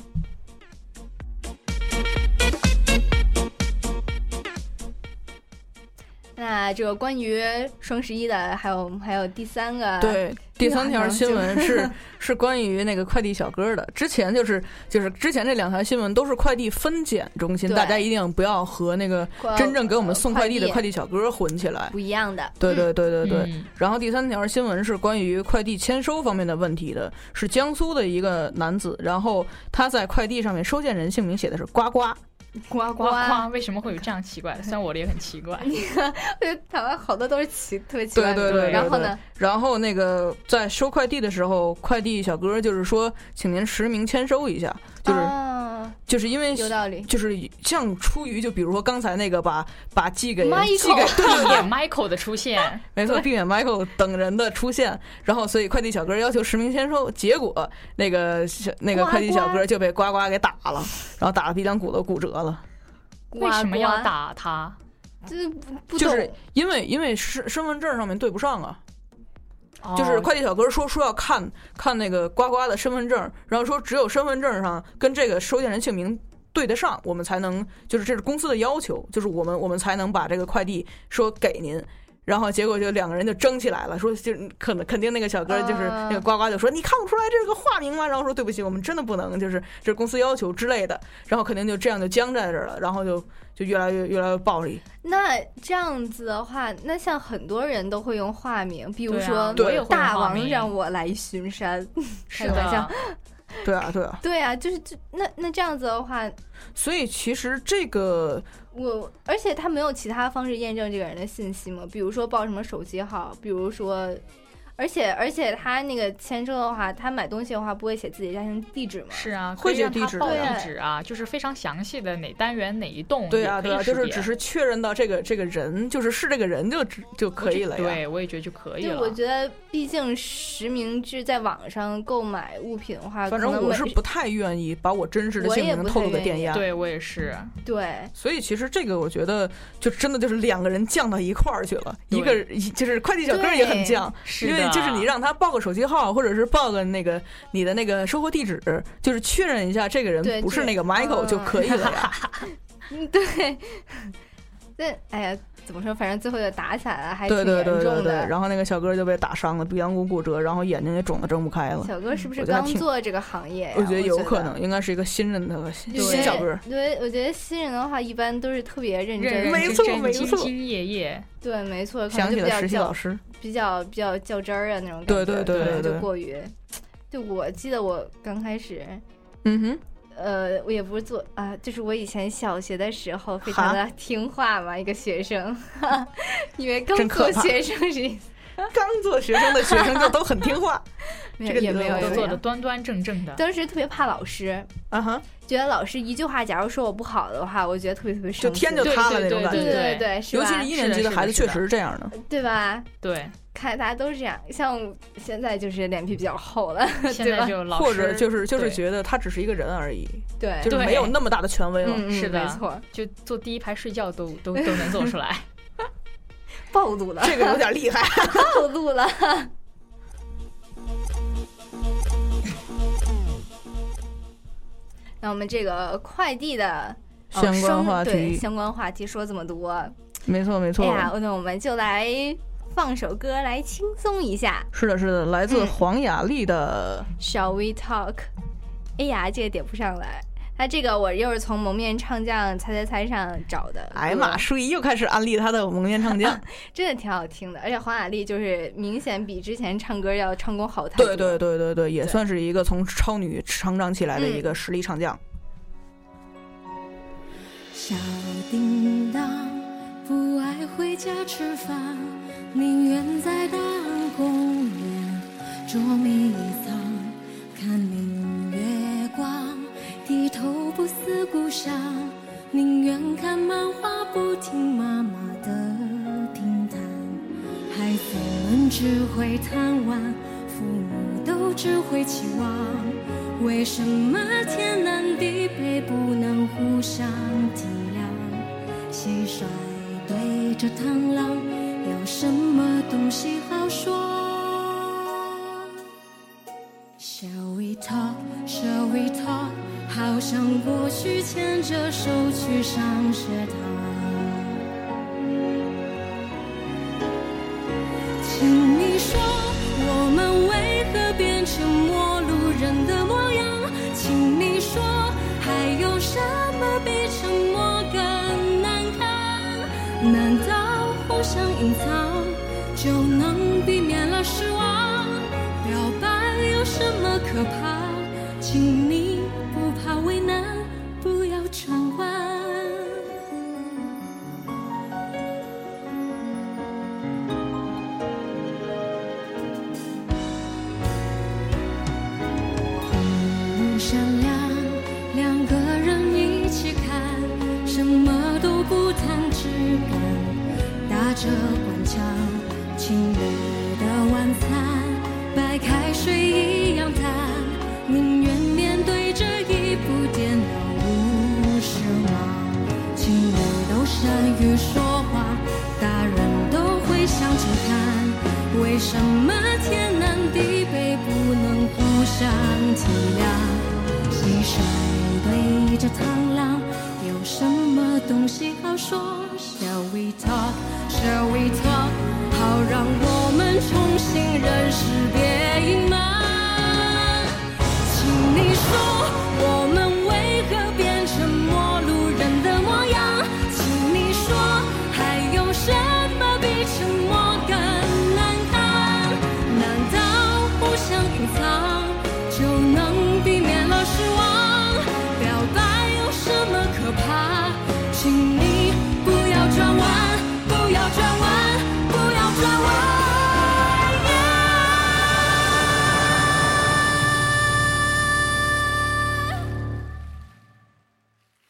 Speaker 3: 那这个关于双十一的，还有还有第三个，，
Speaker 2: 对，第三条新 闻是是关于那个快递小哥的。之前就是就是之前这两条新闻都是快递分拣中心，
Speaker 3: 对
Speaker 2: 大家一定不要和那个
Speaker 3: 快
Speaker 2: 真正给我们送快递的
Speaker 3: 快嗯
Speaker 2: 快递小哥混起来。
Speaker 3: 不一样的，
Speaker 2: 对 对对对对。
Speaker 4: 嗯
Speaker 2: 然后第三条新闻是关于快递签收方面的问题的，是江苏的一个男子，然后他在快递上面收件人姓名写的是呱呱，
Speaker 3: 呱
Speaker 4: 呱 呱，为什么会有这样奇怪？虽然我的也很奇怪，
Speaker 3: 我觉得台湾好多都是奇特别奇怪的
Speaker 2: 对
Speaker 4: 对对
Speaker 3: 然后呢，
Speaker 2: 然后那个在收快递的时候，快递小哥就是说，请您实名签收一下，就是、
Speaker 3: 啊
Speaker 2: 就是因为
Speaker 3: 有道理，
Speaker 2: 就是像出于就比如说刚才那个把把寄给人
Speaker 3: Michael
Speaker 2: 寄给对
Speaker 4: 避免 Michael 的出现，
Speaker 2: 没错，避免 Michael 等人的出现，然后所以快递小哥要求实名签收，结果那个小那个
Speaker 3: 呱
Speaker 2: 快递小
Speaker 3: 呱
Speaker 2: 哥就被呱呱给打了，然后打了鼻梁骨都骨折了，
Speaker 4: 为什么要
Speaker 3: 呱呱？
Speaker 4: 打他？
Speaker 3: 就是不不
Speaker 2: 就
Speaker 3: 懂
Speaker 2: 是因为因为身身份证上面对不上啊，就
Speaker 4: 哦
Speaker 2: 是快递小哥说说要看看那个呱呱的身份证，然后说只有身份证上跟这个收件人姓名对得上，我们才能就是这是公司的要求，就是我们我们才能把这个快递说给您。然后结果就两个人就争起来了，说就可能肯定那个小哥就是
Speaker 3: 啊
Speaker 2: 那个呱呱就说你看不出来这是个化名吗？然后说对不起，我们真的不能，就是这是公司要求之类的。然后肯定就这样就僵在这儿了，然后就就越来越越来越暴力。
Speaker 3: 那这样子的话，那像很多人都会用化名，比如
Speaker 4: 对啊
Speaker 3: 说
Speaker 4: 我也会用
Speaker 3: 大
Speaker 4: 化
Speaker 3: 王
Speaker 4: 名
Speaker 3: 让我来巡山，
Speaker 4: 是
Speaker 3: 开玩笑
Speaker 4: 的，
Speaker 2: 对啊，对啊。
Speaker 3: 对啊，就是这那那这样子的话，
Speaker 2: 所以其实这个
Speaker 3: 我而且他没有其他方式验证这个人的信息嘛，比如说报什么手机号，比如说，而且而且他那个签证的话，他买东西的话不会写自己家庭地址嘛，
Speaker 4: 是啊，
Speaker 2: 会
Speaker 4: 可以让
Speaker 2: 写地
Speaker 4: 他
Speaker 2: 址
Speaker 4: 报
Speaker 3: 的呀
Speaker 4: 地址啊，就是非常详细的哪单元哪一栋，
Speaker 2: 对
Speaker 4: 也
Speaker 2: 啊，
Speaker 4: 可
Speaker 2: 对
Speaker 4: 以
Speaker 2: 啊，就
Speaker 4: 识
Speaker 2: 是
Speaker 4: 别
Speaker 2: 只是确认到这个这个人，就是是这个人就只就可以了呀。
Speaker 4: 对，我也觉得就可以
Speaker 3: 对，
Speaker 4: 了。
Speaker 3: 我觉得毕竟实名制在网上购买物品的话，
Speaker 2: 反
Speaker 3: 可
Speaker 2: 正
Speaker 3: 能
Speaker 2: 我
Speaker 3: 每
Speaker 2: 是不太愿意把我真实的
Speaker 3: 我
Speaker 2: 姓
Speaker 3: 也
Speaker 2: 名
Speaker 3: 不
Speaker 2: 透
Speaker 3: 太
Speaker 2: 露给
Speaker 3: 愿
Speaker 2: 店
Speaker 3: 意
Speaker 2: 家。
Speaker 4: 对我也是，
Speaker 3: 对，
Speaker 2: 所以其实这个我觉得，就真的就是两个人犟到一块儿去了。一个
Speaker 4: 对
Speaker 2: 一就是快递小哥也很犟，
Speaker 4: 是
Speaker 2: 因
Speaker 4: 的，
Speaker 2: 为就是你让他报个手机号，或者是报个那个你的那个收货地址，就是确认一下这个
Speaker 3: 对
Speaker 2: 人不是
Speaker 3: 这
Speaker 2: 那个 Michael
Speaker 3: 嗯
Speaker 2: 就可以了呀。
Speaker 3: 嗯对，那哎呀，怎么说？反正最后就打起来了，还挺
Speaker 2: 对对
Speaker 3: 严重
Speaker 2: 对对
Speaker 3: 的。
Speaker 2: 对。然后那个小哥就被打伤了，鼻梁骨骨折，然后眼睛也肿得睁不开了。
Speaker 3: 小哥是不是
Speaker 2: 我觉得还
Speaker 3: 刚
Speaker 2: 挺
Speaker 3: 做这个行业呀、
Speaker 2: 我
Speaker 3: 我
Speaker 2: 啊觉得有可能，。应该是一个新人的
Speaker 3: 对
Speaker 2: 新小哥。
Speaker 3: 对，我觉得新人的话一般都是特别认真，
Speaker 4: 认认
Speaker 2: 没
Speaker 4: 真
Speaker 2: 错
Speaker 4: 真
Speaker 2: 没错
Speaker 4: 兢兢业业，
Speaker 3: 对，没错，可能
Speaker 2: 想起
Speaker 3: 就比
Speaker 2: 了
Speaker 3: 较
Speaker 2: 实习
Speaker 3: 较
Speaker 2: 老师，
Speaker 3: 比较比较较真儿啊那种感觉，
Speaker 2: 对对对
Speaker 4: 对
Speaker 2: 对
Speaker 3: 就过于。就我记得我刚开始，
Speaker 2: 嗯哼，
Speaker 3: 呃，我也不是做啊、就是我以前小学的时候非常
Speaker 2: 哈
Speaker 3: 的听话嘛，一个学生， 因为刚
Speaker 2: 真
Speaker 3: 做
Speaker 2: 可怕
Speaker 3: 学生是，
Speaker 2: 刚做学生的学生就都很听话
Speaker 3: 没
Speaker 2: 这个
Speaker 3: 有也
Speaker 2: 理论
Speaker 3: 没有
Speaker 2: 我
Speaker 3: 也
Speaker 4: 都
Speaker 2: 对
Speaker 3: 没
Speaker 4: 做
Speaker 3: 有
Speaker 4: 的端端正正的。
Speaker 3: 当时特别怕老师，
Speaker 2: 啊哈，
Speaker 3: 觉得老师一句话，假如说我不好的话，我觉得特别特别生
Speaker 2: 就
Speaker 3: 气。
Speaker 2: 天就
Speaker 4: 对
Speaker 2: 塌了那种
Speaker 4: 对
Speaker 2: 感
Speaker 3: 对
Speaker 2: 觉。
Speaker 3: 对对，是吧
Speaker 2: 尤其是一年级孩子，确实是这样的。
Speaker 3: 对吧？
Speaker 4: 对，
Speaker 3: 看大家都是这样，像现在就是脸皮比较厚 了，
Speaker 4: 现
Speaker 3: 对吧
Speaker 4: 在就老师
Speaker 2: 或者就是就是
Speaker 4: 对
Speaker 2: 觉得他只是一个人而已，
Speaker 3: 对，
Speaker 2: 就是
Speaker 4: 对
Speaker 2: 没有那么大的权威了。
Speaker 3: 嗯嗯
Speaker 4: 是的
Speaker 3: 没错，
Speaker 4: 就坐第一排睡觉都都都能做出来。
Speaker 3: 暴露了，
Speaker 2: 这个有点厉害。
Speaker 3: 暴露了。 那我们这个快递的、呃、
Speaker 2: 相关
Speaker 3: 生
Speaker 2: 话
Speaker 3: 对
Speaker 2: 题，
Speaker 3: 相关话题说这么多，
Speaker 2: 没错没
Speaker 3: 哎
Speaker 2: 错，
Speaker 3: 呀，那我们就来放首歌来轻松一下。
Speaker 2: 是的，是的，来自
Speaker 3: 嗯
Speaker 2: 黄雅莉的
Speaker 3: Shall we talk？哎呀，这个点不上来。他这个我又是从蒙面唱将猜猜猜上找的
Speaker 2: 《
Speaker 3: 歌，
Speaker 2: 哎玛淑仪》，又开始安利她的蒙面唱将。
Speaker 3: 真的挺好听的。而且黄雅莉就是明显比之前唱歌要唱功好太多。
Speaker 2: 对对对对对，也
Speaker 3: 对
Speaker 2: 算是一个从超女成长起来的一
Speaker 3: 嗯
Speaker 2: 个实力唱将。
Speaker 5: 小叮当不爱回家吃饭，宁愿在大公园捉迷藏，看明月光，低头不思故乡，宁愿看漫画不听妈妈的叮当。孩子们只会贪玩，父母都只会期望。为什么天南地北不能互相体谅？蟋蟀对着螳螂，有什么东西好说？Shall we talk? Shall we talk? 好像过去牵着手去上学堂。请你说，我们为何变成陌路人的模样？请你说，还有什么比沉默更难堪？难道互相隐藏就能避免了失望？表白有什么可怕？请你不怕为难，不要转弯。目闪亮，两个人一起看，什么都不谈，只敢打着官腔。情侣的晚餐，白开水一样淡，宁愿面对这一步电脑无视网。情侣都善于说话，大人都会向前看，为什么天南地北不能互相体谅？蟋蟀对着螳螂，有什么东西好说？Shall we talk? Shall we talk? 让我们重新认识，别隐瞒。请你说，我们为何变成陌路人的模样？请你说，还有什么比沉默更难当？难道互相隐藏就能避免了失望？表白有什么可怕？请你不要转弯，不要转弯，不要转弯。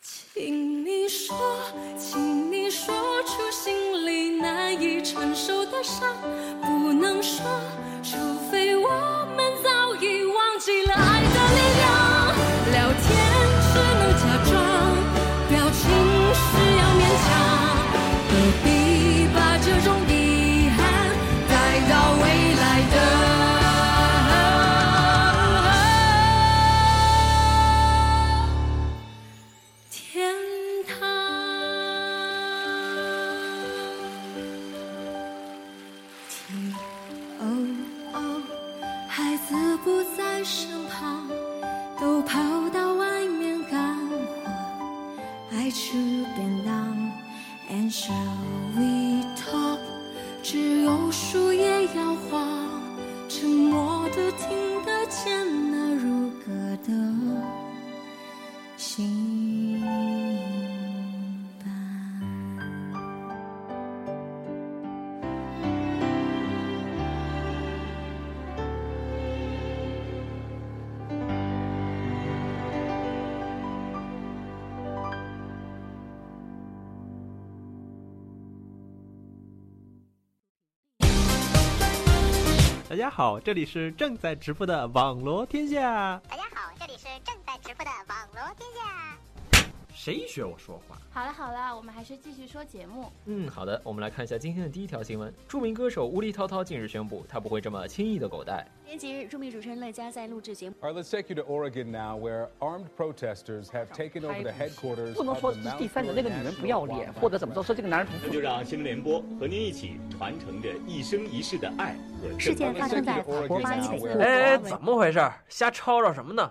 Speaker 5: 请你说，请你说出心里难以承受的伤，不能说，除非我们早已忘记了爱的力量。聊天只能假装，表情是要勉强，何必把这种遗憾带到未来的？天堂。天，哦哦，孩子不在身旁，都跑到外面干活，爱吃便当。And shall we talk？只有树叶摇晃，沉默的听得见那如歌的。心吧。
Speaker 6: 大家好，这里是正在直播的网罗天下。
Speaker 7: 大家好，这里是正在直播的网络天下。
Speaker 8: 谁学我说话？
Speaker 9: 好了好了，我们还是继续说节目。
Speaker 8: 嗯，好的，我们来看一下今天的第一条新闻。著名歌手乌力涛涛近日宣布，他不会这么轻易的狗带。
Speaker 9: 今天节日，著名主持人乐嘉在录制节目
Speaker 10: All right, let's take you to Oregon now, where armed protesters have taken over the headquarters
Speaker 11: 不能
Speaker 10: of
Speaker 11: 说
Speaker 10: the
Speaker 11: 这是第
Speaker 10: Mount
Speaker 11: 三者那个女人不要脸，或者怎么着说这个男人不
Speaker 12: 那就让新闻联播和您一起传承着一生一世的爱和
Speaker 9: 事
Speaker 12: 正
Speaker 9: 件发生在法国巴黎北部。
Speaker 13: 哎，怎么回事儿？瞎吵吵什么呢？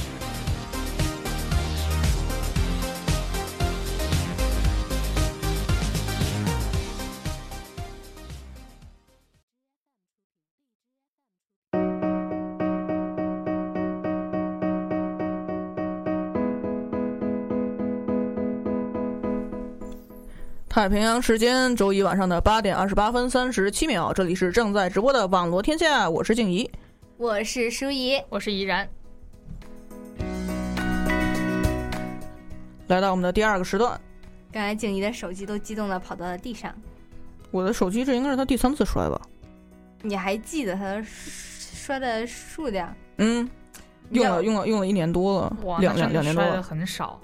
Speaker 2: 太平洋时间周一晚上的八点二十八分三十七秒，这里是正在直播的网罗天下，我是静怡。
Speaker 3: 我是舒怡，
Speaker 4: 我是怡然。
Speaker 2: 来到我们的第二个时段，
Speaker 3: 刚才静怡的手机都激动的跑到了地上。
Speaker 2: 我的手机这应该是他第三次摔吧？
Speaker 3: 你还记得它摔的数量？
Speaker 2: 嗯，用了用了用了一年多了，
Speaker 4: 哇，
Speaker 2: 两
Speaker 4: 那
Speaker 2: 两
Speaker 4: 真的
Speaker 2: 两年多
Speaker 4: 摔的
Speaker 2: 了。
Speaker 4: 很少，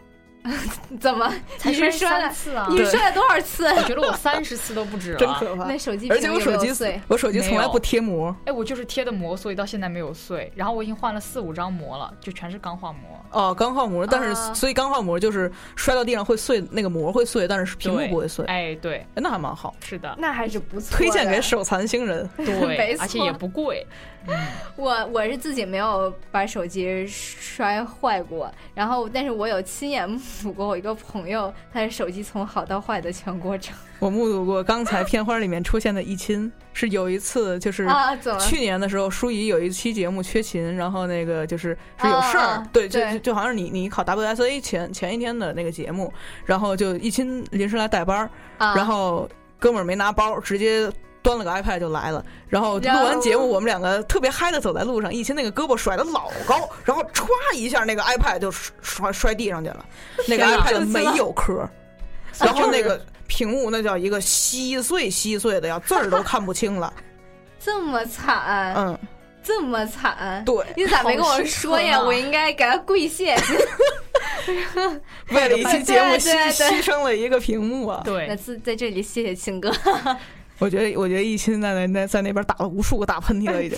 Speaker 3: 怎么？
Speaker 4: 才
Speaker 3: 你是摔
Speaker 4: 三
Speaker 3: 了？
Speaker 4: 次啊！
Speaker 3: 你摔了多少 次？
Speaker 4: 我觉得我三十次都不止了，
Speaker 2: 真可怕
Speaker 3: 那手机
Speaker 2: 而且
Speaker 3: 屏
Speaker 2: 我
Speaker 3: 有没
Speaker 2: 手
Speaker 3: 有
Speaker 2: 机
Speaker 3: 碎，
Speaker 2: 我手机从来不贴膜。
Speaker 4: 哎，我就是贴的膜，所以到现在没有碎。然后我已经换了四五张膜了，就全是钢化膜。
Speaker 2: 哦，钢化膜，但是、
Speaker 3: 啊
Speaker 2: 所以钢化膜就是摔到地上会碎，那个膜会碎，但是屏幕
Speaker 4: 对
Speaker 2: 不会碎，哎，
Speaker 4: 哎，对，
Speaker 2: 那还蛮好，
Speaker 4: 是 的，
Speaker 3: 那还是不错的。
Speaker 2: 推荐给手残星人。
Speaker 3: 没
Speaker 4: 对，
Speaker 3: 错
Speaker 4: 而且也不贵。
Speaker 3: 我我是自己没有把手机摔坏过，然后但是我有亲眼目睹过我一个朋友，他的手机从好到坏的全过程
Speaker 2: 我目睹过刚才片花里面出现的一亲，是有一次就是。
Speaker 3: 啊，怎么？
Speaker 2: 去年的时候，舒怡有一期节目缺勤，然后那个就是是有事儿，
Speaker 3: 啊啊
Speaker 2: 对，就
Speaker 3: 对
Speaker 2: 就就好像是你你考 WSA 前前一天的那个节目，然后就一亲临时来代班儿，
Speaker 3: 啊、
Speaker 2: 然后哥们儿没拿包，直接端了个 iPad 就来了。然后录
Speaker 3: 然后
Speaker 2: 完节目，我们两个特别嗨的走在路上，一亲那个胳膊甩的老高，然后歘一下那个 iPad 就摔摔地上去了，那个
Speaker 3: 天哪
Speaker 2: iPad 没有壳，然后那个屏幕那叫一个稀碎稀碎的，要字儿都看不清了。
Speaker 3: 这么惨，
Speaker 2: 嗯，
Speaker 3: 这么惨，
Speaker 2: 对，
Speaker 3: 你咋没跟我
Speaker 4: 好心
Speaker 3: 说呀？
Speaker 4: 疼啊
Speaker 3: 我应该给他跪谢。
Speaker 2: 为了一期节目
Speaker 3: 对对
Speaker 2: 牺
Speaker 3: 对
Speaker 2: 牺牲了一个屏幕啊。
Speaker 3: 那
Speaker 4: 对，
Speaker 3: 次在这里谢谢庆哥，
Speaker 2: 我觉得，我觉得一心在那那在那边打了无数个大喷嚏了，已 经。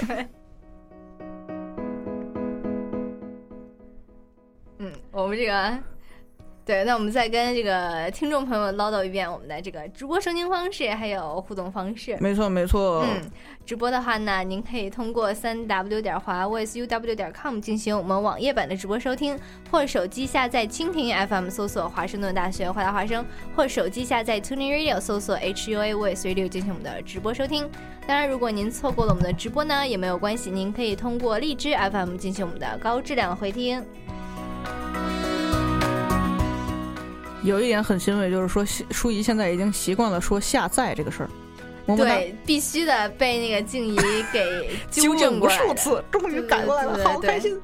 Speaker 3: 嗯，我们这个，对，那我们再跟这个听众朋友唠叨一遍我们的这个直播收听方式，还有互动方式。
Speaker 2: 没错，没错。
Speaker 3: 嗯，直播的话呢，您可以通过三 w 点华 voiceuw 点 com 进行我们网页版的直播收听，或手机下载蜻蜓 FM 搜索华盛顿大学华大华声，或手机下载 Tuning Radio 搜索 HUA Voice Radio 进行我们的直播收听。当然，如果您错过了我们的直播呢，也没有关系，您可以通过荔枝 FM 进行我们的高质量回听。
Speaker 2: 有一点很欣慰，就是说习舒怡现在已经习惯了说下载这个事儿。么么哒
Speaker 3: 对，必须的，被那个静怡给 纠
Speaker 2: 纠
Speaker 3: 正
Speaker 2: 正
Speaker 3: 过
Speaker 2: 无
Speaker 3: 来
Speaker 2: 数
Speaker 3: 的
Speaker 2: 次，终于改过来了，
Speaker 3: 对
Speaker 2: 好
Speaker 3: 对
Speaker 2: 开心。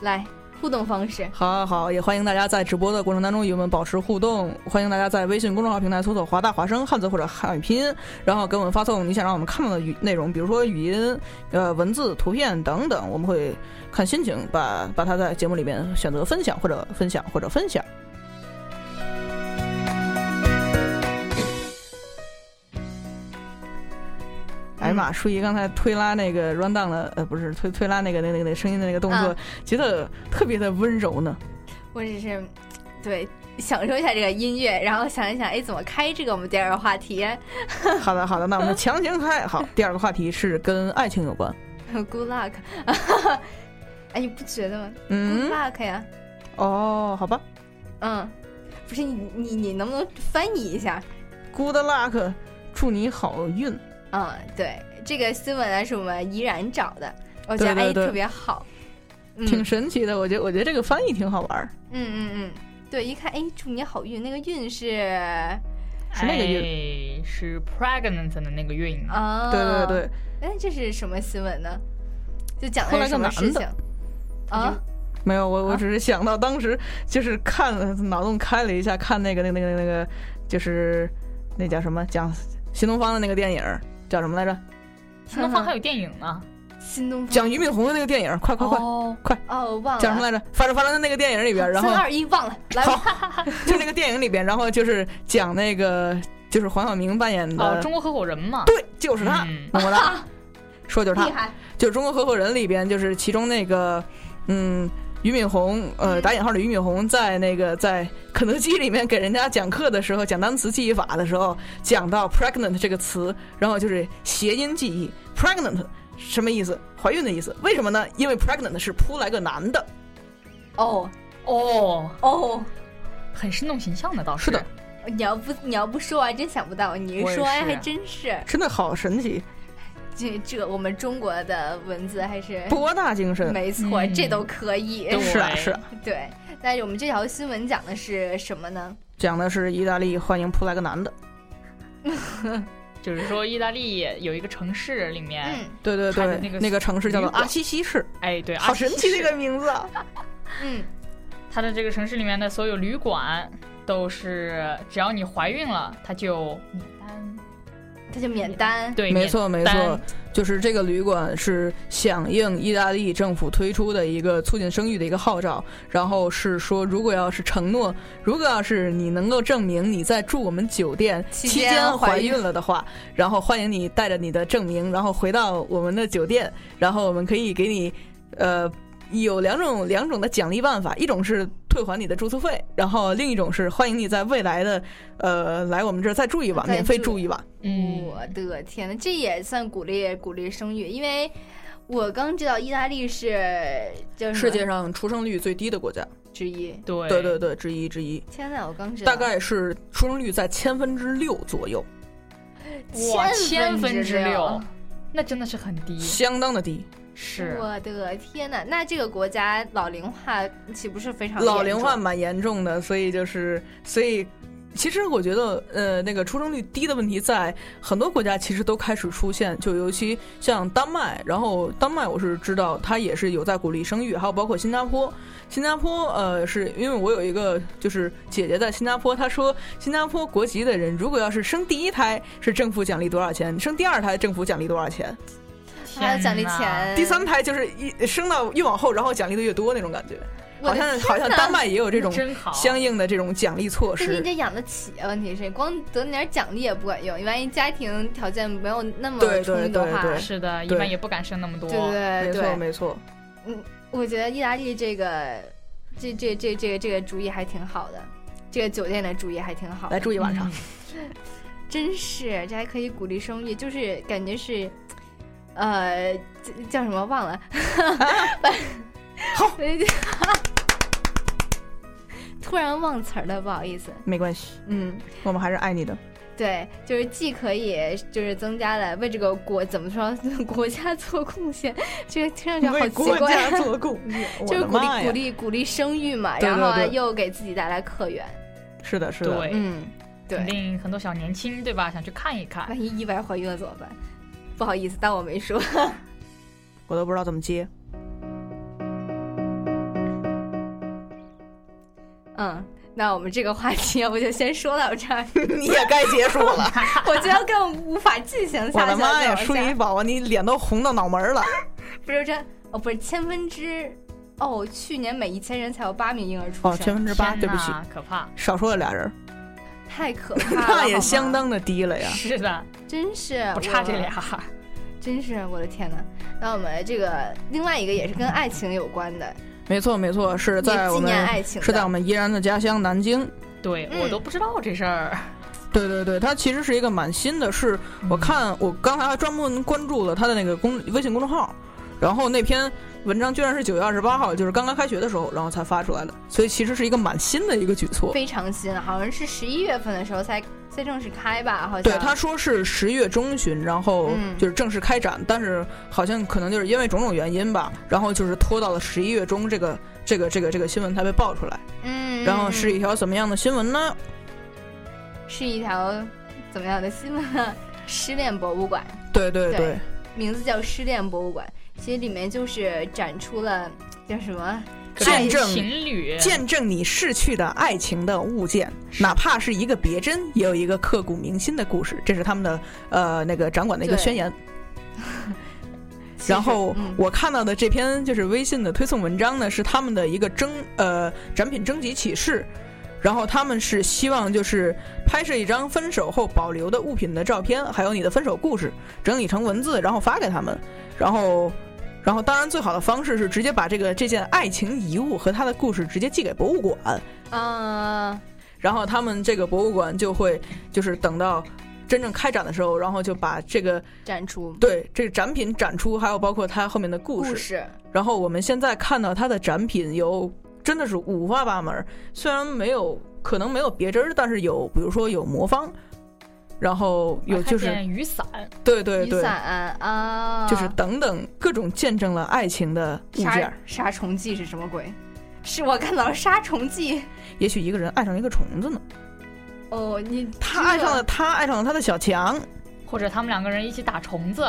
Speaker 3: 来，互动方式，
Speaker 2: 好好好，也欢迎大家在直播的过程当中与我们保持互动，欢迎大家在微信公众号平台搜索“华大华声”汉字或者汉语拼音，然后给我们发送你想让我们看到的语内容，比如说语音、呃文字、图片等等，我们会看心情把把它在节目里面选择分享或者分享或者分享。嗯哎呀妈！舒怡刚才推拉那个 run down 的，呃，不是推推拉那个那个那个声音的那个动作
Speaker 3: 啊，
Speaker 2: 觉得特别的温柔呢。
Speaker 3: 我只是对享受一下这个音乐，然后想一想，哎，怎么开这个我们第二个话题
Speaker 2: 好的，好的，那我们强行开。好，第二个话题是跟爱情有关。
Speaker 3: ？Good luck！哎，你不觉得吗、
Speaker 2: 嗯
Speaker 3: g o o d luck 呀，
Speaker 2: 哦，好吧
Speaker 3: 嗯，不是你你你能不能翻译一下？
Speaker 2: ，Good luck，祝你好运。
Speaker 3: 嗯，对，这个新闻呢是我们怡然找的，我觉
Speaker 2: 对
Speaker 3: 得
Speaker 2: 对
Speaker 3: 哎
Speaker 2: 对
Speaker 3: 特别好，嗯
Speaker 2: 挺神奇的，我觉得我觉得这个翻译挺好玩儿，
Speaker 3: 嗯嗯嗯，对，一看哎祝你好运，那个运是
Speaker 2: 是那个运
Speaker 4: 哎，是 pregnant 的那个运
Speaker 3: 啊，
Speaker 2: 对对对，
Speaker 3: 哎这是什么新闻呢？就讲
Speaker 2: 后
Speaker 3: 的
Speaker 2: 来
Speaker 3: 是什
Speaker 2: 个
Speaker 3: 么事
Speaker 2: 男的
Speaker 3: 情啊？
Speaker 2: 没有，我我只是想到当时就是看脑洞开了一下，看那个那个那个那个就是那叫什么讲新东方的那个电影儿叫什么来着？
Speaker 4: 新 东方还有电影呢，
Speaker 3: 新东
Speaker 2: 讲俞敏洪的那个电影儿，快快快快，
Speaker 3: 哦忘了
Speaker 2: 讲什么来着？反正反正在那个电影里边儿，然后
Speaker 3: 三二一忘了，来吧，
Speaker 2: 就那个电影里边，然后就是讲那个就是黄晓明扮演
Speaker 4: 哦
Speaker 2: 的，
Speaker 4: 中国合伙人嘛，嗯
Speaker 2: 对，就是他，
Speaker 3: 嗯
Speaker 2: 么么哒， 说的就是
Speaker 4: 厉
Speaker 2: 他
Speaker 4: 害，
Speaker 2: 就是中国合伙人里边，就是其中那个，嗯，俞敏洪，
Speaker 4: 嗯
Speaker 2: 呃，打引号的俞敏洪在那个在肯德基里面给人家讲课的时候，讲单词记忆法的时候，讲到 pregnant 这个词，然后就是谐音记忆，pregnant 什么意思？怀孕的意思？为什么呢？因为 pregnant 是扑来个男的，
Speaker 3: 哦
Speaker 4: 哦
Speaker 3: 哦，
Speaker 4: 很生动形象的倒是。
Speaker 2: 是的，
Speaker 3: 你要不你要不说啊，真想不到，你一
Speaker 2: 我也
Speaker 3: 说哎
Speaker 2: 是
Speaker 3: 还
Speaker 2: 啊
Speaker 3: 真是，
Speaker 2: 真的好神奇，
Speaker 3: 这这我们中国的文字还
Speaker 4: 哎
Speaker 3: 是
Speaker 2: 博大精深，
Speaker 3: 没错，
Speaker 4: 嗯
Speaker 3: 这都可以。
Speaker 2: 是啊是啊。
Speaker 3: 对，那我们这条新闻讲的是什么呢？
Speaker 2: 讲的是意大利欢迎扑来个男的，
Speaker 4: 就是说，意大利有一个城市里面，
Speaker 2: 对对
Speaker 4: 看着
Speaker 2: 对，
Speaker 4: 那个
Speaker 2: 那个城市叫做阿西西市，
Speaker 4: 哎，对，
Speaker 2: 好
Speaker 4: 阿西
Speaker 2: 神奇这个名字啊！
Speaker 3: 嗯，
Speaker 4: 它的这个城市里面的所有旅馆都是，只要你怀孕了，它就
Speaker 3: 它就免单。
Speaker 4: 对，
Speaker 2: 没错没
Speaker 4: 免
Speaker 2: 错
Speaker 4: 单，，
Speaker 2: 就是这个旅馆是响应意大利政府推出的一个促进生育的一个号召，然后是说，如果要是承诺，如果要是你能够证明你在住我们酒店
Speaker 3: 期
Speaker 2: 期
Speaker 3: 间
Speaker 2: 间
Speaker 3: 怀
Speaker 2: 怀
Speaker 3: 孕
Speaker 2: 孕了的话，然后欢迎你带着你的证明，然后回到我们的酒店，然后我们可以给你，呃。有两种两种的奖励办法，一种是退还你的住宿费，然后另一种是欢迎你在未来的，呃，来我们这儿再住一晚，
Speaker 3: 再
Speaker 2: 免费
Speaker 3: 住
Speaker 2: 住一晚。
Speaker 4: 嗯
Speaker 3: 我的天呐，这也算鼓励鼓励生育，因为我刚知道意大利是就是
Speaker 2: 世界上出生率最低的国家
Speaker 3: 之一。
Speaker 4: 对
Speaker 2: 对对对，之一之一，
Speaker 3: 天呐，我刚知道，
Speaker 2: 大概是出生率在千分之六左右，
Speaker 4: 哇，
Speaker 3: 千
Speaker 4: 千
Speaker 3: 分
Speaker 4: 分
Speaker 3: 之
Speaker 4: 之
Speaker 3: 六
Speaker 4: 六，那真的是很低，
Speaker 3: 嗯
Speaker 2: 相当的低。
Speaker 4: 是
Speaker 3: 我的天呐，那这个国家老龄化岂不是非常
Speaker 2: 老
Speaker 3: 啊严
Speaker 2: 龄
Speaker 3: 重
Speaker 2: 化蛮严重的，所以就是，所以其实我觉得，呃，那个出生率低的问题在很多国家其实都开始出现，就尤其像丹麦，然后丹麦我是知道它也是有在鼓励生育，还有包括新加坡，新加坡呃是因为我有一个就是姐姐在新加坡，她说新加坡国籍的人如果要是生第一胎是政府奖励多少钱，生第二胎政府奖励多少钱，
Speaker 3: 还有奖励钱？
Speaker 2: 第三胎就是一生到越往后，然后奖励的越多那种感觉。
Speaker 3: 我
Speaker 2: 好
Speaker 3: 的
Speaker 2: 像
Speaker 3: 天
Speaker 2: 好像
Speaker 3: 哪
Speaker 2: 丹麦也有这种
Speaker 3: 真好
Speaker 2: 相应的这种奖励措
Speaker 3: 但是
Speaker 2: 施
Speaker 3: 你。得养得起啊，问题是光得那点奖励也不管用，万一家庭条件没有那么
Speaker 2: 对对
Speaker 3: 充裕的
Speaker 2: 对
Speaker 3: 话，
Speaker 2: 对
Speaker 4: 是的，一
Speaker 2: 对
Speaker 4: 般也不敢生那么多。
Speaker 3: 对对
Speaker 2: 没
Speaker 3: 对
Speaker 2: 错没错，
Speaker 3: 嗯，我觉得意大利这个这这这这个这个主意还挺好的，这个酒店的主意还挺好的。
Speaker 2: 来住一晚上。
Speaker 3: 真是，这还可以鼓励生育，就是感觉是，呃，这叫什么忘了，好， 突然忘词儿了，不好意思。
Speaker 2: 没关系，
Speaker 3: 嗯，
Speaker 2: 我们还是爱你的。
Speaker 3: 对，就是既可以就是增加了为这个国怎么说 国家做贡献，这个听上去好
Speaker 2: 为
Speaker 3: 奇
Speaker 2: 国
Speaker 3: 怪
Speaker 2: 家
Speaker 3: 啊，，
Speaker 2: 做贡献
Speaker 3: 就是
Speaker 2: 我的
Speaker 3: 鼓励
Speaker 2: 妈呀
Speaker 3: 鼓励鼓励生育嘛，
Speaker 2: 对
Speaker 3: 然后啊
Speaker 2: 对对
Speaker 3: 又给自己带来客源，
Speaker 2: 是的，是的，
Speaker 4: 对，
Speaker 3: 嗯，对
Speaker 4: 肯定很多小年轻对吧？想去看一看
Speaker 3: 万。一意外怀孕了怎么办？不好意思，当我没说。
Speaker 2: 我都不知道怎么接。
Speaker 3: 嗯，那我们这个话题要不就先说到这 儿，
Speaker 2: 你也该结 束了，
Speaker 3: 我觉得更无法进行
Speaker 2: 我
Speaker 3: 下去
Speaker 2: 的
Speaker 3: 了。
Speaker 2: 妈呀，
Speaker 3: 再往下
Speaker 2: 淑仪宝宝，你脸都红到脑门 儿了。
Speaker 3: 不是这哦，不是千分之哦，去年每一千人才有八名婴儿出生，
Speaker 2: 哦千分之八对不起
Speaker 3: 可怕，
Speaker 2: 少说了俩人，
Speaker 3: 太可怕了，
Speaker 2: 那也
Speaker 3: 好吗
Speaker 2: 相当的低了呀。
Speaker 4: 是的，
Speaker 3: 真是
Speaker 4: 不差这
Speaker 3: 我
Speaker 4: 俩。
Speaker 3: 真是我的天哪！那我们这个另外一个也是跟爱情有关的，
Speaker 2: 没错，没错，是在我
Speaker 3: 也纪念
Speaker 2: 们
Speaker 3: 爱情的
Speaker 2: 是在我们怡然的家乡南京。
Speaker 4: 对
Speaker 3: 嗯
Speaker 4: 我都不知道这事儿。
Speaker 2: 对对对，它其实是一个蛮新的，是我看我刚才还专门关注了他的那个公微信公众号，然后那篇文章居然是九月二十八号，就是刚刚开学的时候，然后才发出来的，所以其实是一个蛮新的一个举措。
Speaker 3: 非常新，好像是十一月份的时候才才正式开吧，好像。
Speaker 2: 对，他说是十月中旬，然后
Speaker 3: 嗯
Speaker 2: 就是正式开展，但是好像可能就是因为种种原因吧，然后就是拖到了十一月中，这个这个这个这个新闻才被爆出来。
Speaker 3: 嗯，
Speaker 2: 然后是
Speaker 3: 嗯
Speaker 2: 一条怎么样的新闻呢？
Speaker 3: 是一条怎么样的新闻呢？失恋博物馆，
Speaker 2: 对对
Speaker 3: 对名字叫《失恋博物馆》，其实里面就是展出了叫什么
Speaker 2: 见证
Speaker 3: 爱情
Speaker 4: 侣
Speaker 2: 见证你逝去的爱情的物件，哪怕是一个别针，也有一个刻骨铭心的故事。这是他们的呃那个掌管的一个
Speaker 3: 对
Speaker 2: 宣言。
Speaker 3: 其实
Speaker 2: 然后
Speaker 3: 嗯
Speaker 2: 我看到的这篇就是微信的推送文章呢，是他们的一个征呃展品征集启事。然后他们是希望就是拍摄一张分手后保留的物品的照片，还有你的分手故事，整理成文字，然后发给他们。然后，然后当然最好的方式是直接把这个这件爱情遗物和它的故事直接寄给博物馆。
Speaker 3: 啊，
Speaker 2: 然后他们这个博物馆就会就是等到真正开展的时候，然后就把这个
Speaker 3: 展出
Speaker 2: 对这个展品展出，还有包括它后面的故事。
Speaker 3: 故事
Speaker 2: 然后我们现在看到它的展品有真的是五花八门儿，虽然没有可能没有别针儿，但是有比如说有魔方，然后有
Speaker 4: 还
Speaker 2: 就是
Speaker 4: 啊见雨伞，
Speaker 2: 对对
Speaker 3: 雨
Speaker 2: 对
Speaker 3: 伞，啊，
Speaker 2: 就是等等各种见证了爱情的物件
Speaker 3: 杀
Speaker 2: 儿。
Speaker 3: 杀虫剂是什么鬼？是我看到了杀虫剂
Speaker 2: 也许一个人爱上一个虫子呢，
Speaker 3: 哦，你
Speaker 2: 他爱上了
Speaker 4: 啊
Speaker 2: 他，爱上了他的小强，
Speaker 4: 或者他们两个人一起打虫子。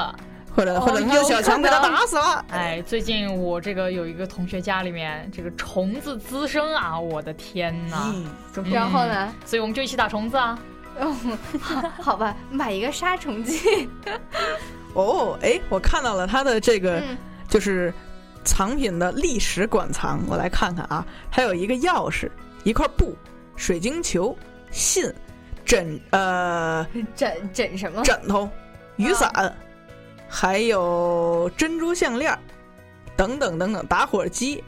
Speaker 2: 或者或者他
Speaker 4: 哦有
Speaker 2: 的小强被他
Speaker 4: 可能
Speaker 2: 打死了。
Speaker 4: 哎，最近我这个有一个同学家里面这个虫子滋生啊，我的天呐！嗯
Speaker 3: 然后呢？
Speaker 4: 所以我们就一起打虫子啊。
Speaker 3: 哦，好好吧，买一个杀虫剂。
Speaker 2: 哦，哎，我看到了他的这个、
Speaker 3: 嗯
Speaker 2: 就是藏品的历史馆藏，我来看看啊，还有一个钥匙，一块布，水晶球，信，枕呃
Speaker 3: 枕枕什么？
Speaker 2: 枕头，雨
Speaker 4: 嗯
Speaker 2: 伞，还有珍珠项链儿，等等等等，打火机。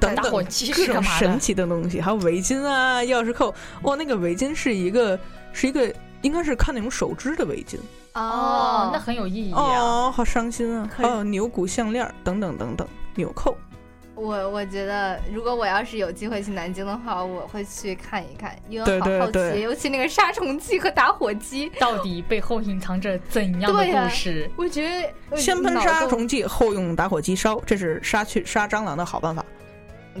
Speaker 2: 等
Speaker 4: 打
Speaker 2: 等
Speaker 4: 火机
Speaker 2: 各
Speaker 4: 是干
Speaker 2: 种
Speaker 4: 嘛
Speaker 2: 神
Speaker 4: 的？
Speaker 2: 奇的东西，还有围巾啊、钥匙扣。哇、那个围巾是一个，是一个，应该是看那种手织的围巾。
Speaker 4: 哦，那很有意义啊。
Speaker 2: 哦，好伤心啊！还有牛骨项链儿等等等等，纽扣。
Speaker 3: 我我觉得，如果我要是有机会去南京的话，我会去看一看，因为
Speaker 2: 对
Speaker 3: 我
Speaker 2: 对
Speaker 3: 好好奇，
Speaker 2: 对
Speaker 3: 尤其那个杀虫剂和打火机，
Speaker 4: 到底背后隐藏着怎样的
Speaker 3: 对呀
Speaker 4: 故事？
Speaker 3: 我觉得我
Speaker 2: 先喷杀
Speaker 3: 脑洞
Speaker 2: 虫剂，后用打火机烧，这是杀去杀蟑螂的好办法。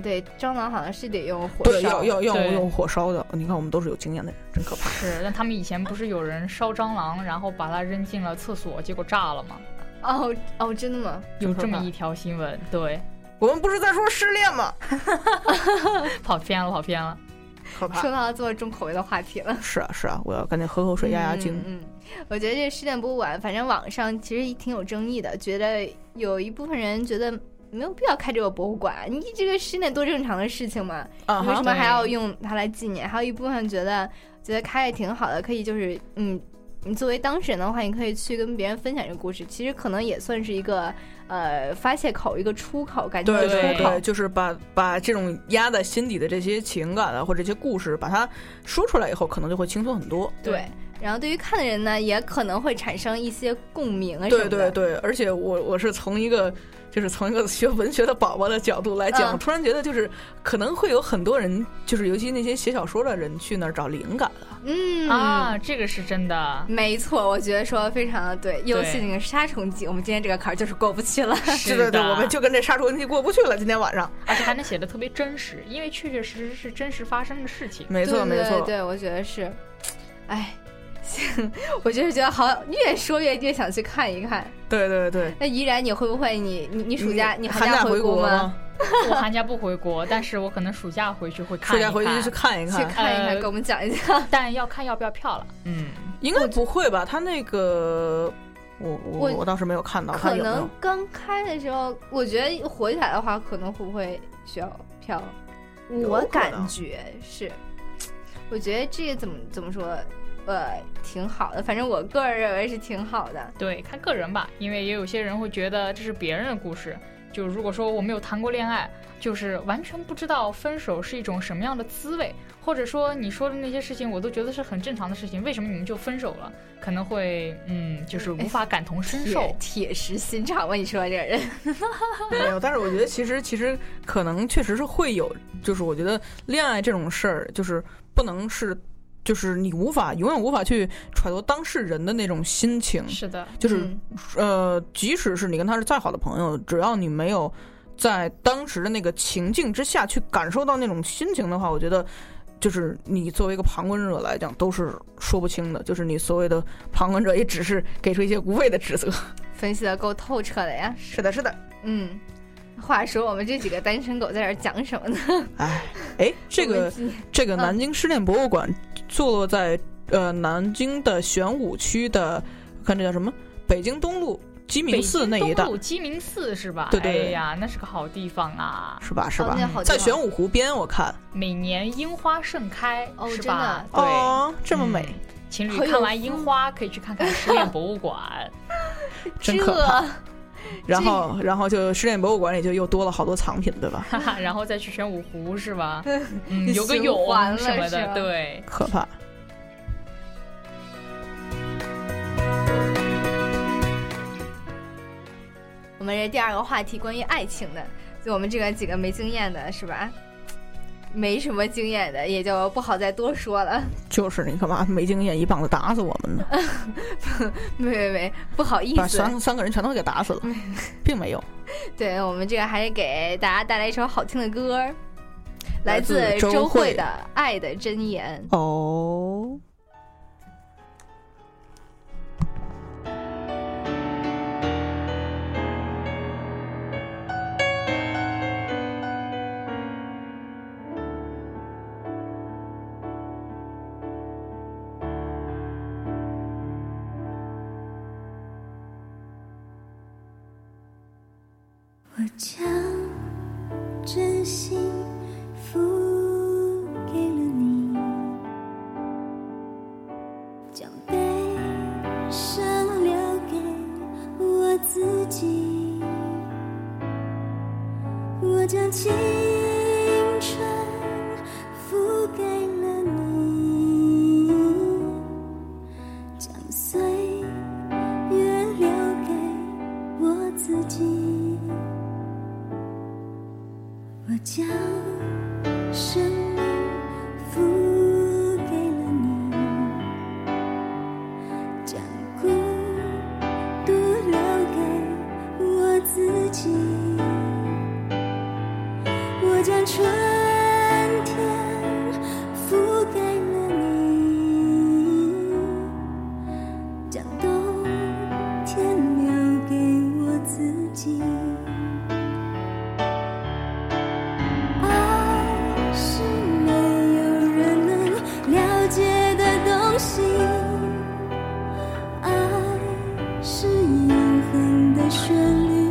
Speaker 3: 对，蟑螂好像是得用火
Speaker 2: 对，
Speaker 3: 烧
Speaker 2: 要要要
Speaker 4: 对
Speaker 2: 用火烧的。你看，我们都是有经验的人，真可怕。
Speaker 4: 是，但他们以前不是有人烧蟑螂，然后把它扔进了厕所，结果炸了吗？
Speaker 3: 哦哦，真的吗？
Speaker 4: 有这么一条新闻，对，
Speaker 2: 我们不是在说失恋吗？
Speaker 4: 跑偏了，跑偏了。
Speaker 2: 可怕
Speaker 3: 说。到了这么重口味的话 题了。
Speaker 2: 是啊是啊，我要赶紧喝口水压压惊。
Speaker 3: 嗯，嗯我觉得这失恋博物馆，反正网上其实挺有争议的，觉得有一部分人觉得没有必要开这个博物馆，你这个室内多正常的事情嘛，
Speaker 2: 啊
Speaker 3: 你
Speaker 2: 哈
Speaker 3: 嗯为什么还要
Speaker 2: 对
Speaker 3: 用它来纪念？还有一部分觉得觉得开也挺好的，可以就是嗯，你作为当事人的话，你可以去跟别人分享这个故事，其实可能也算是一个呃发泄口，一个出口，感情的
Speaker 2: 对
Speaker 3: 出
Speaker 2: 对
Speaker 3: 口。
Speaker 2: 对，就是把把这种压在心底的这些情感啊，或者这些故事，把它说出来以后，可能就会轻松很多。
Speaker 3: 对，然后对于看的人呢，也可能会产生一些共鸣啊什么
Speaker 2: 对
Speaker 3: 的。
Speaker 2: 对对，而且我我是从一个就是从一个学文学的宝宝的角度来讲，
Speaker 3: 嗯
Speaker 2: 突然觉得就是可能会有很多人，就是尤其那些写小说的人去那儿找灵感了。
Speaker 3: 嗯
Speaker 4: 啊，这个是真的。
Speaker 3: 没错，我觉得说得非常的对，尤其
Speaker 4: 对
Speaker 3: 那个杀虫剂，我们今天这个坎儿就是过不去了。
Speaker 2: 对对对，嗯我们就跟这杀虫剂过不去了。今天晚上，
Speaker 4: 而且还能写的特别真实，因为确确实实是真实发生的事 情。
Speaker 2: 没错
Speaker 3: 对
Speaker 2: 没错
Speaker 3: 对对，我觉得是，哎，行， 我就是觉得好，越说越越想去看一看。
Speaker 2: 对对对，
Speaker 3: 那怡然，你会不会你你你暑假
Speaker 2: 嗯
Speaker 3: 你
Speaker 2: 寒假
Speaker 3: 假
Speaker 2: 回
Speaker 3: 国
Speaker 2: 国
Speaker 3: 吗
Speaker 2: 吗？
Speaker 4: 我寒假不回国，但是我可能暑假回去会看
Speaker 2: 暑
Speaker 4: 一看。
Speaker 2: 假回去去看一看
Speaker 3: 去看一看
Speaker 4: 呃
Speaker 3: 给我们讲一讲。
Speaker 4: 但要看要不要票了。
Speaker 2: 嗯，应该不会吧？他那个，我我
Speaker 3: 我
Speaker 2: 我倒是没有看到，
Speaker 3: 可
Speaker 2: 看有没有
Speaker 3: 能刚开的时候，我觉得火起来的话，可能会不会需要票？
Speaker 2: 有
Speaker 3: 我
Speaker 2: 可
Speaker 3: 感
Speaker 2: 能
Speaker 3: 觉是，我觉得这个怎么怎么说，呃，挺好的。反正我个人认为是挺好的。
Speaker 4: 对，看个人吧，因为也有些人会觉得这是别人的故事。就如果说我没有谈过恋爱，就是完全不知道分手是一种什么样的滋味，或者说你说的那些事情，我都觉得是很正常的事情，为什么你们就分手了？可能会，嗯，就是无法感同身受。
Speaker 2: 哎
Speaker 3: 铁石心肠吧，你说这个人。
Speaker 2: 没有，但是我觉得其实其实可能确实是会有，就是我觉得恋爱这种事儿，就是不能是，就是你无法永远无法去揣度当事人的那种心情。
Speaker 4: 是的，
Speaker 2: 就是、
Speaker 3: 嗯
Speaker 2: 呃，即使是你跟他是再好的朋友，只要你没有在当时的那个情境之下去感受到那种心情的话，我觉得。就是你作为一个旁观者来讲，都是说不清的。就是你所谓的旁观者，也只是给出一些无谓的指责。
Speaker 3: 分析的够透彻了呀。
Speaker 2: 是的，是的。
Speaker 3: 嗯，话说我们这几个单身狗在这儿讲什么呢？
Speaker 2: 哎，这
Speaker 3: 我
Speaker 2: 个
Speaker 3: 们今
Speaker 2: 这个南京失恋博物馆坐落在呃南京的玄武区的，我看这叫什么？北京东路鸡鸣寺那一带
Speaker 4: 东，路鸡鸣寺是吧？
Speaker 2: 对对对
Speaker 4: 哎呀，那是个好地方啊！
Speaker 2: 是吧？是
Speaker 3: 哦
Speaker 2: 吧？
Speaker 4: 那好地
Speaker 2: 在
Speaker 4: 方
Speaker 2: 玄武湖边，我看
Speaker 4: 每年樱花盛开，哦是
Speaker 3: 真的啊
Speaker 4: 吧？对，
Speaker 2: 哦，这
Speaker 4: 嗯
Speaker 2: 么美，
Speaker 4: 情侣
Speaker 3: 好有
Speaker 4: 看完樱花可以去看看失恋博物馆。
Speaker 2: 真可怕。然后，然后就失恋博物馆里就又多了好多藏品，对吧？
Speaker 4: 哈哈，然后再去玄武湖是吧？嗯，
Speaker 3: 你
Speaker 4: 游个
Speaker 3: 循
Speaker 4: 泳
Speaker 3: 环了
Speaker 4: 什么
Speaker 3: 是吧
Speaker 4: 的，对。
Speaker 2: 可怕。
Speaker 3: 我们这第二个话题关于爱情的，就我们这个几个没经验的是吧？没什么经验的，也就不好再多说了。
Speaker 2: 就是你干嘛没经验，一棒子打死我们呢？
Speaker 3: 没没没，不好意
Speaker 2: 把
Speaker 3: 思。
Speaker 2: 三三个人全都给打死了，并没有。
Speaker 3: 对我们这个还是给大家带来一首好听的歌儿，来
Speaker 2: 来自
Speaker 3: 自
Speaker 2: 周
Speaker 3: 周
Speaker 2: 慧
Speaker 3: 慧的《爱的箴言》。
Speaker 2: 哦，
Speaker 5: 我将真心付给了你，将悲伤留给我自己，我将青春付给了你，将岁月留给我自己。我将生命付给了你，将孤独留给我自己。我将春天付给了你，将冬天留给我自己。爱是没有人能了解的东西，爱是永恒的旋律，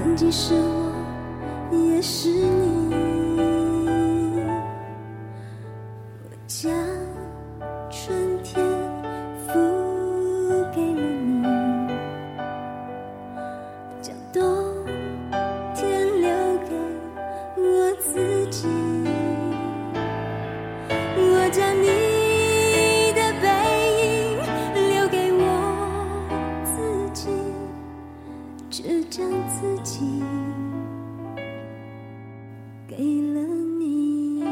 Speaker 5: 忘记是我，也是你。我将春天付给了你，将冬天留给我自己。我将你的背影留给我自己，只将自己给了你。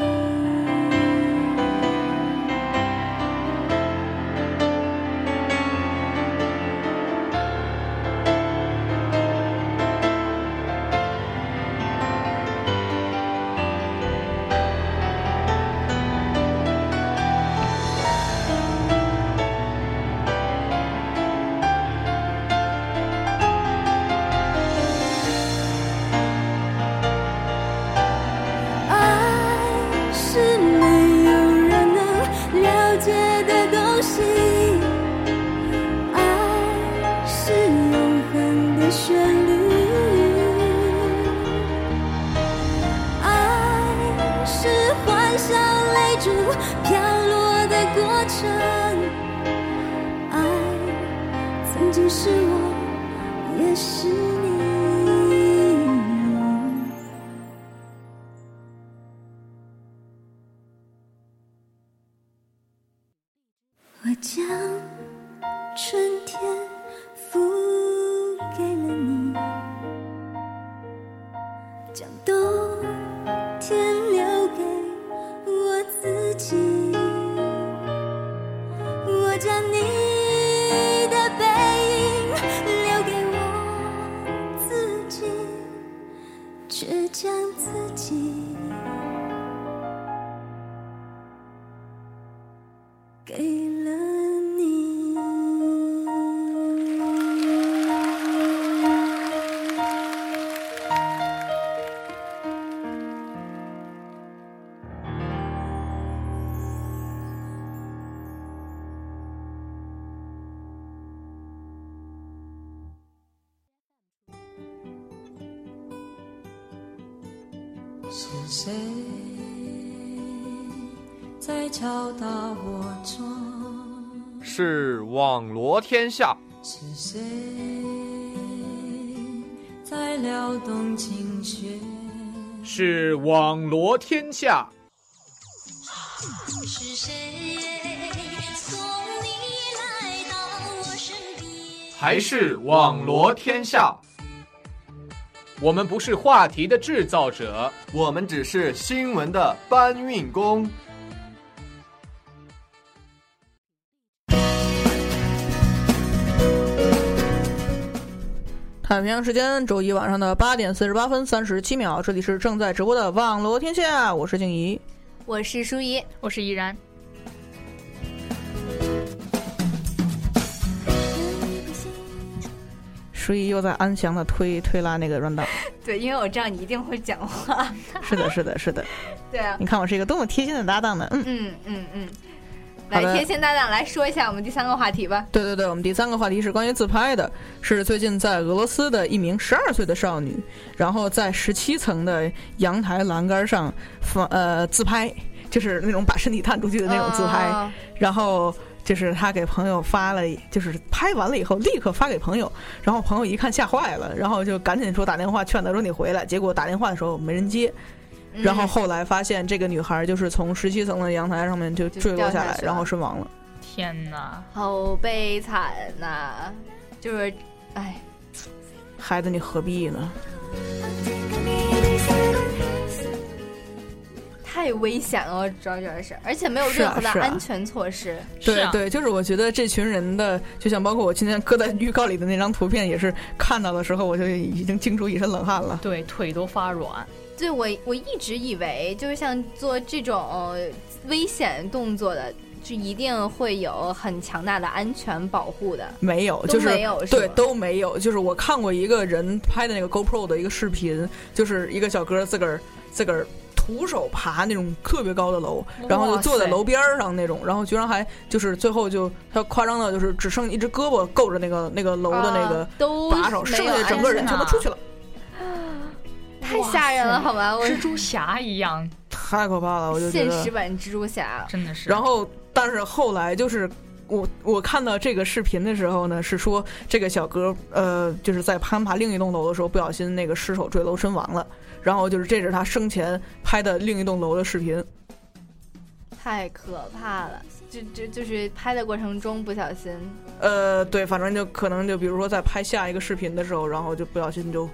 Speaker 5: 爱是没有人能了解的东西，爱是永恒的旋律，爱是幻想泪珠飘落的过程，爱曾经是我，也是你。我将春天付给了你，将冬天留给我自己。我将你的背影留给我自己，只将自己给了你。
Speaker 14: 是谁在敲打我窗？
Speaker 1: 是网罗天下，
Speaker 14: 是谁在撩动琴弦？
Speaker 1: 是网罗天下，
Speaker 5: 是谁送你来到我身边？
Speaker 1: 还是网罗天下？我们不是话题的制造者，我们只是新闻的搬运工。
Speaker 2: 太平洋时间周一晚上的八点四十八分三十七秒，这里是正在直播的网罗天下，我是静怡。
Speaker 3: 我是舒怡，
Speaker 4: 我是怡然。
Speaker 2: 舒怡又在安详的推推拉那个 软档，
Speaker 3: 对，因为我知道你一定会讲话。
Speaker 2: 是的，是的，是的。
Speaker 3: 对啊，
Speaker 2: 你看我是一个多么贴心的搭档呢，嗯。
Speaker 3: 嗯嗯嗯，
Speaker 2: 好
Speaker 3: 来
Speaker 2: 的
Speaker 3: 贴心搭档来说一下我们第三个话题吧。
Speaker 2: 对对对，我们第三个话题是关于自拍的，是最近在俄罗斯的一名十二岁的少女，然后在十七层的阳台栏杆上放呃自拍，就是那种把身体探出去的那种自拍，
Speaker 3: 啊
Speaker 2: 然后。就是她给朋友发了，就是拍完了以后立刻发给朋友，然后朋友一看吓坏了，然后就赶紧说打电话劝她说你回来，结果打电话的时候没人接，
Speaker 3: 嗯
Speaker 2: 然后后来发现这个女孩就是从十七层的阳台上面就
Speaker 3: 就
Speaker 2: 坠落
Speaker 3: 掉
Speaker 2: 下
Speaker 3: 下
Speaker 2: 来，
Speaker 3: 去
Speaker 2: 然后
Speaker 3: 了
Speaker 2: 身亡了。
Speaker 4: 天哪！
Speaker 3: 好悲惨呐、就是，哎，
Speaker 2: 孩子，你何必呢？
Speaker 3: 太危险了，主要这是，而且没有
Speaker 2: 是啊
Speaker 3: 任何的
Speaker 2: 是啊
Speaker 3: 安全措施。
Speaker 2: 对、
Speaker 4: 啊
Speaker 2: 对，就是我觉得这群人的，就像包括我今天搁在预告里的那张图片，也是看到的时候我就已经惊出一身冷汗了。
Speaker 4: 对，腿都发软。
Speaker 3: 对我我一直以为就是像做这种呃危险动作的，就一定会有很强大的安全保护的。
Speaker 2: 没有，
Speaker 3: 都
Speaker 2: 就是
Speaker 3: 没有是
Speaker 2: 对
Speaker 3: 吗
Speaker 2: 都没有，就是我看过一个人拍的那个 GoPro 的一个视频，就是一个小哥自个儿自个儿徒手爬那种特别高的楼，然后就坐在
Speaker 15: 哇塞
Speaker 2: 楼边儿上那种，然后居然还就是最后就他夸张到就是只剩一只胳膊够着那个那个楼的那
Speaker 3: 啊
Speaker 2: 个
Speaker 3: 都
Speaker 2: 把手，
Speaker 3: 没
Speaker 2: 剩
Speaker 3: 有
Speaker 2: 下整个人
Speaker 3: 安
Speaker 2: 全
Speaker 3: 全
Speaker 2: 都
Speaker 3: 啊
Speaker 2: 出去了。
Speaker 3: 吓人了好吗？我
Speaker 4: 蜘蛛侠一样，
Speaker 2: 太可怕了，我就觉
Speaker 3: 现
Speaker 2: 得
Speaker 3: 实版蜘蛛侠
Speaker 4: 真的是。
Speaker 2: 然后，但是后来就是我我看到这个视频的时候呢，是说这个小哥呃，就是在攀爬另一栋楼的时候，不小心那个失手坠楼身亡了。然后就是这是他生前拍的另一栋楼的视频，
Speaker 3: 太可怕了，就就就是拍的过程中不小心，
Speaker 2: 呃，对，反正就可能就比如说在拍下一个视频的时候，然后就不小心就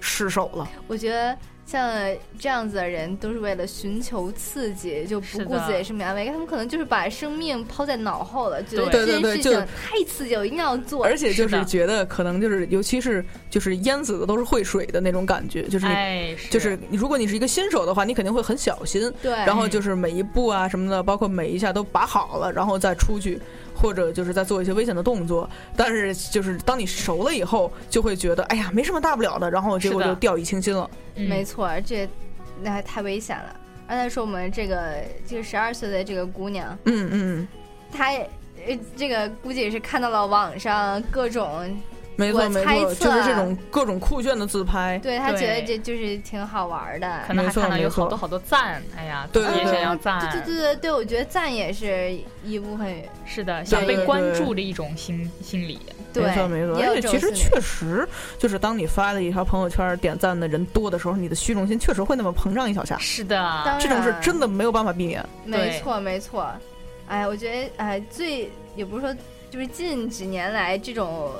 Speaker 2: 失手了。
Speaker 3: 我觉得像这样子的人都是为了寻求刺激，就不
Speaker 2: 是
Speaker 3: 顾
Speaker 2: 的
Speaker 3: 自己生命安危，他们可能就是把生命抛在脑后了，觉得
Speaker 2: 对
Speaker 3: 这
Speaker 2: 对
Speaker 3: 件
Speaker 2: 对
Speaker 3: 事
Speaker 2: 就
Speaker 3: 情太刺激，我一定要做，
Speaker 2: 而且就是
Speaker 3: 觉
Speaker 2: 觉得可能就是，尤其是就是淹死的都是会水的那种感觉，就是你、
Speaker 3: 哎是
Speaker 2: 就是嗯你如果你是一个新手的话，你肯定会很小心，
Speaker 3: 对
Speaker 2: 然后就是每一步啊什么的，包括每一下都把好了，然后再出去，或者就是再做一些危险的动作。但是就是当你熟了以后，就会觉得哎呀没什么大不了的，然后结果
Speaker 3: 是的
Speaker 2: 就掉以轻心了。
Speaker 4: 嗯
Speaker 3: 没错，这那还太危险了。而再说我们这个这个十二岁的这个姑娘，
Speaker 2: 嗯嗯，
Speaker 3: 她也呃这个估计也是看到了网上各种，
Speaker 2: 没错
Speaker 3: 我
Speaker 2: 没
Speaker 3: 猜
Speaker 2: 错，
Speaker 3: 测啊
Speaker 2: 就是这种各种酷炫的自拍。
Speaker 3: 对她觉得
Speaker 2: 对
Speaker 3: 这就是挺好玩的，
Speaker 2: 可能还看到没错有好多没错
Speaker 4: 好多赞，哎呀，
Speaker 2: 对
Speaker 4: 自己也
Speaker 2: 对
Speaker 4: 想要
Speaker 2: 对
Speaker 4: 赞，
Speaker 3: 对对对对，我觉得赞也是一部分，
Speaker 4: 是的，
Speaker 3: 对
Speaker 4: 想被
Speaker 3: 对
Speaker 4: 关
Speaker 2: 对
Speaker 4: 注的一种心心理。啊
Speaker 2: 没错没错，
Speaker 3: 也有
Speaker 2: 而且
Speaker 3: 这
Speaker 2: 其
Speaker 3: 种
Speaker 2: 实
Speaker 3: 心理
Speaker 2: 确实就是当你发了一条朋友圈，点赞的人多的时候，你的虚荣心确实会那么膨胀一小下。
Speaker 4: 是的
Speaker 3: 当
Speaker 2: 这种事
Speaker 3: 然
Speaker 2: 真的没有办法避免。
Speaker 3: 没错没错。哎，我觉得哎最也不是说就是近几年来这种呃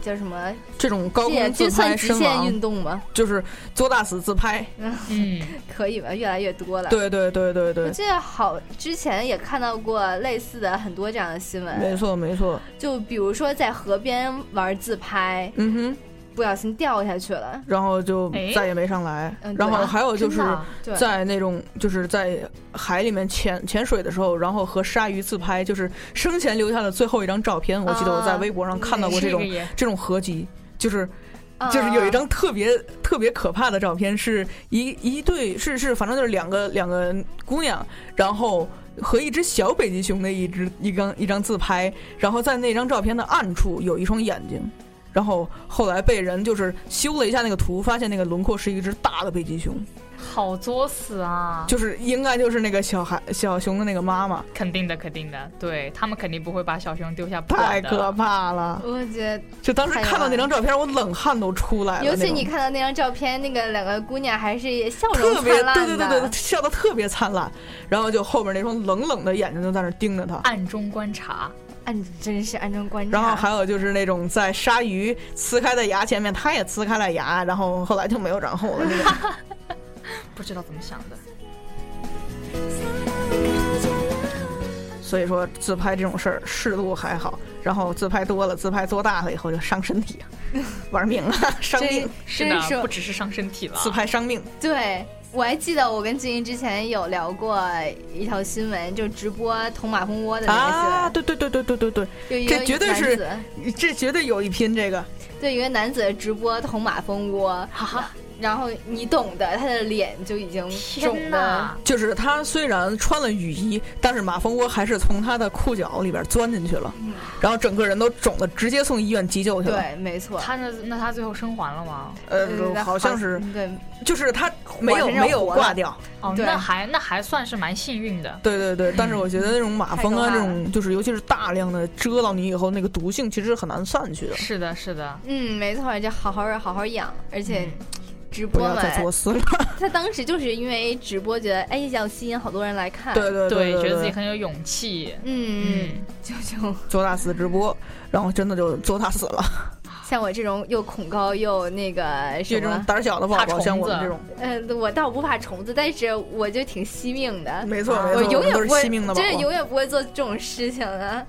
Speaker 3: 叫什么，
Speaker 2: 这种高
Speaker 3: 这也
Speaker 2: 空
Speaker 3: 就
Speaker 2: 自拍
Speaker 3: 算极
Speaker 2: 身
Speaker 3: 限运
Speaker 2: 亡，
Speaker 3: 动吧，
Speaker 2: 就是作大死自拍。
Speaker 4: 嗯，
Speaker 3: 可以吧，越来越多了。
Speaker 2: 对对对对
Speaker 3: 我
Speaker 2: 对，
Speaker 3: 记得好之前也看到过类似的很多这样的新闻，
Speaker 2: 没。错没错。
Speaker 3: 就比如说在河边玩自拍，
Speaker 2: 嗯哼，
Speaker 3: 不小心掉下去了，
Speaker 2: 然后就
Speaker 3: 哎
Speaker 2: 再也没上来
Speaker 3: 嗯。
Speaker 2: 然
Speaker 3: 对
Speaker 2: 后
Speaker 3: 啊
Speaker 2: 还有呃就
Speaker 3: 真
Speaker 2: 是
Speaker 3: 的啊对
Speaker 2: 在那种就是在海里面潜潜水的时候，然后和鲨鱼自拍，就是生前留下的最后一张照片。我记得我在
Speaker 3: 啊
Speaker 2: 微博上
Speaker 4: 哎
Speaker 2: 看到过
Speaker 3: 这
Speaker 2: 这种
Speaker 3: 个也
Speaker 2: 这种合集，就是。
Speaker 3: 啊
Speaker 2: 就是有一张特别特别可怕的照片，是一一对是是，反正就是两个两个姑娘，然后和一只小北极熊的一只一张一张自拍，然后在那张照片的暗处有一双眼睛，然后后来被人就是修了一下那个图，发现那个轮廓是一只大的北极熊，
Speaker 4: 好作死啊！
Speaker 2: 就是应该就是那个小孩小熊的那个妈妈，
Speaker 4: 肯定的，肯定的，对他们肯定不会把小熊丢下不
Speaker 2: 太
Speaker 4: 管的。
Speaker 2: 可怕了！
Speaker 3: 我觉得
Speaker 2: 就当时
Speaker 3: 太
Speaker 2: 看到
Speaker 3: 有
Speaker 2: 那张照片，我冷汗都出来了。
Speaker 3: 尤
Speaker 2: 那
Speaker 3: 其
Speaker 2: 种
Speaker 3: 你看到那张照片，那个两个姑娘还是笑容
Speaker 2: 特别
Speaker 3: 灿烂
Speaker 2: 对
Speaker 3: 的，
Speaker 2: 对对对，笑得特别灿烂，然后就后面那双冷冷的眼睛就在那儿盯着他。
Speaker 3: 哎
Speaker 4: 暗中观察，
Speaker 3: 暗啊真是暗中观察。
Speaker 2: 然后还有就是那种在鲨鱼呲开的牙前面，他也呲开了牙，然后后来就没有然后了。 这种
Speaker 4: 不知道怎么想的。
Speaker 2: 所以说自拍这种事儿适度还好，然后自拍多了，自拍做大了以后就伤身 体，啊玩命了，伤命。
Speaker 4: 是的，不只是伤身体了，
Speaker 3: 啊
Speaker 2: 自拍伤命。
Speaker 3: 对，我还记得我跟金怡之前有聊过一条新闻，就直播捅马蜂窝的那个新闻。
Speaker 2: 啊，对对对对对对对
Speaker 3: 有一，个
Speaker 2: 这绝对是
Speaker 3: 男，
Speaker 2: 这绝对有一拼这个。
Speaker 3: 对，一个男子直播捅马蜂窝，然后你懂的，他的脸就已经肿的，
Speaker 2: 就是他虽然穿了雨衣，但是马蜂窝还是从他的裤脚里边钻进去了，然后整个人都肿的，直接送医院急救去了。
Speaker 3: 对，没错。
Speaker 4: 他那那他最后生还了吗？
Speaker 2: 呃嗯好好像是
Speaker 3: 对，
Speaker 2: 就是他没有
Speaker 4: 活着
Speaker 2: 没有
Speaker 4: 活了
Speaker 2: 挂掉。
Speaker 4: 哦，那还那还算是蛮幸运的。
Speaker 2: 对对对，但是我觉得那种马蜂啊，
Speaker 4: 太可怕
Speaker 2: 这
Speaker 4: 了
Speaker 2: 种就是尤其是大量的蛰到你以后，那个毒性其实很难散去的。
Speaker 4: 是的，是的，
Speaker 3: 嗯，没错，就好好好好养，而且直
Speaker 2: 嗯不
Speaker 3: 播
Speaker 2: 要
Speaker 3: 嘛，
Speaker 2: 再作死了。
Speaker 3: 他当时就是因为直播觉得，哎，要吸引好多人来看，
Speaker 2: 对对对对
Speaker 4: 觉得自己很有勇气。
Speaker 3: 嗯，就就
Speaker 2: 做大死直播，然后真的就做大死了。
Speaker 3: 像我这种又恐高又那个什
Speaker 2: 就这种
Speaker 3: 么
Speaker 2: 胆小的宝宝，像我们这种，
Speaker 3: 呃，我倒不怕虫子，但是我就挺惜命的。
Speaker 2: 没错
Speaker 3: 啊
Speaker 2: 没错
Speaker 3: 我
Speaker 2: 我
Speaker 3: 永
Speaker 2: 们都
Speaker 3: 远
Speaker 2: 是
Speaker 3: 不会，
Speaker 2: 惜命的宝宝
Speaker 3: 真是永远不会做这种事情的，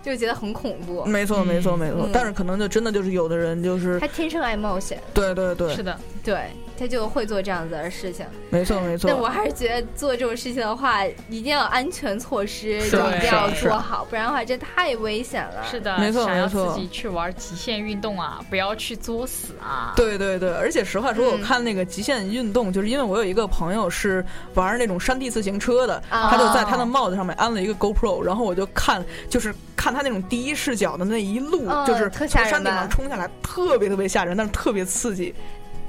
Speaker 3: 就觉得很恐怖。
Speaker 2: 没错没错没错
Speaker 3: 嗯。
Speaker 2: 但是可能就真的就是有的人就是
Speaker 3: 他，天生爱冒险，
Speaker 2: 对对对，，
Speaker 4: 的，
Speaker 3: 对他就会做这样子的事情。
Speaker 2: 没错没错。
Speaker 3: 但我还是觉得做这种事情的话，一定要安全措施，
Speaker 2: 是
Speaker 3: 就
Speaker 2: 啊
Speaker 3: 一
Speaker 2: 是
Speaker 3: 定
Speaker 2: 啊
Speaker 3: 要
Speaker 2: 是
Speaker 3: 做
Speaker 2: 啊
Speaker 3: 好，不然的话这太危险了。
Speaker 4: 是的，
Speaker 2: 没错
Speaker 4: 想要
Speaker 2: 没错
Speaker 4: 自己去玩极限运动啊，不要去作死啊。
Speaker 2: 对对对，而且实话说，我
Speaker 3: 嗯
Speaker 2: 看那个极限运动，就是因为我有一个朋友是玩那种山地自行车的，
Speaker 3: 啊
Speaker 2: 他就在他的帽子上面安了一个 GoPro，然后我就看，就是看他那种第一视角的那一路，
Speaker 3: 嗯
Speaker 2: 就是
Speaker 3: 特
Speaker 2: 从
Speaker 3: 吓人
Speaker 2: 山顶
Speaker 3: 吧
Speaker 2: 上冲下来，特别特别吓人，但是特别刺激。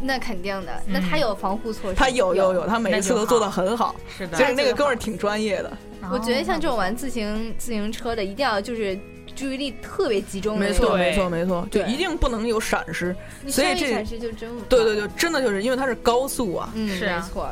Speaker 3: 那肯定的，那他有防护措施，
Speaker 2: 嗯他有有有，他每一次都做的很好，
Speaker 4: 是的
Speaker 2: 所以那个哥们儿挺专业的。
Speaker 3: 我觉得像这种玩自行自行车的，一定要就是注意力特别集中的
Speaker 2: 没
Speaker 3: 那
Speaker 2: 错，
Speaker 3: 种，
Speaker 2: 没错，没错，就
Speaker 3: 嗯对
Speaker 2: 一定不能有闪失。
Speaker 3: 你
Speaker 2: 所以
Speaker 3: 稍微
Speaker 2: 这
Speaker 3: 闪失就真无法
Speaker 2: 对对对，真的就是因为它是高速啊，
Speaker 3: 嗯，没错。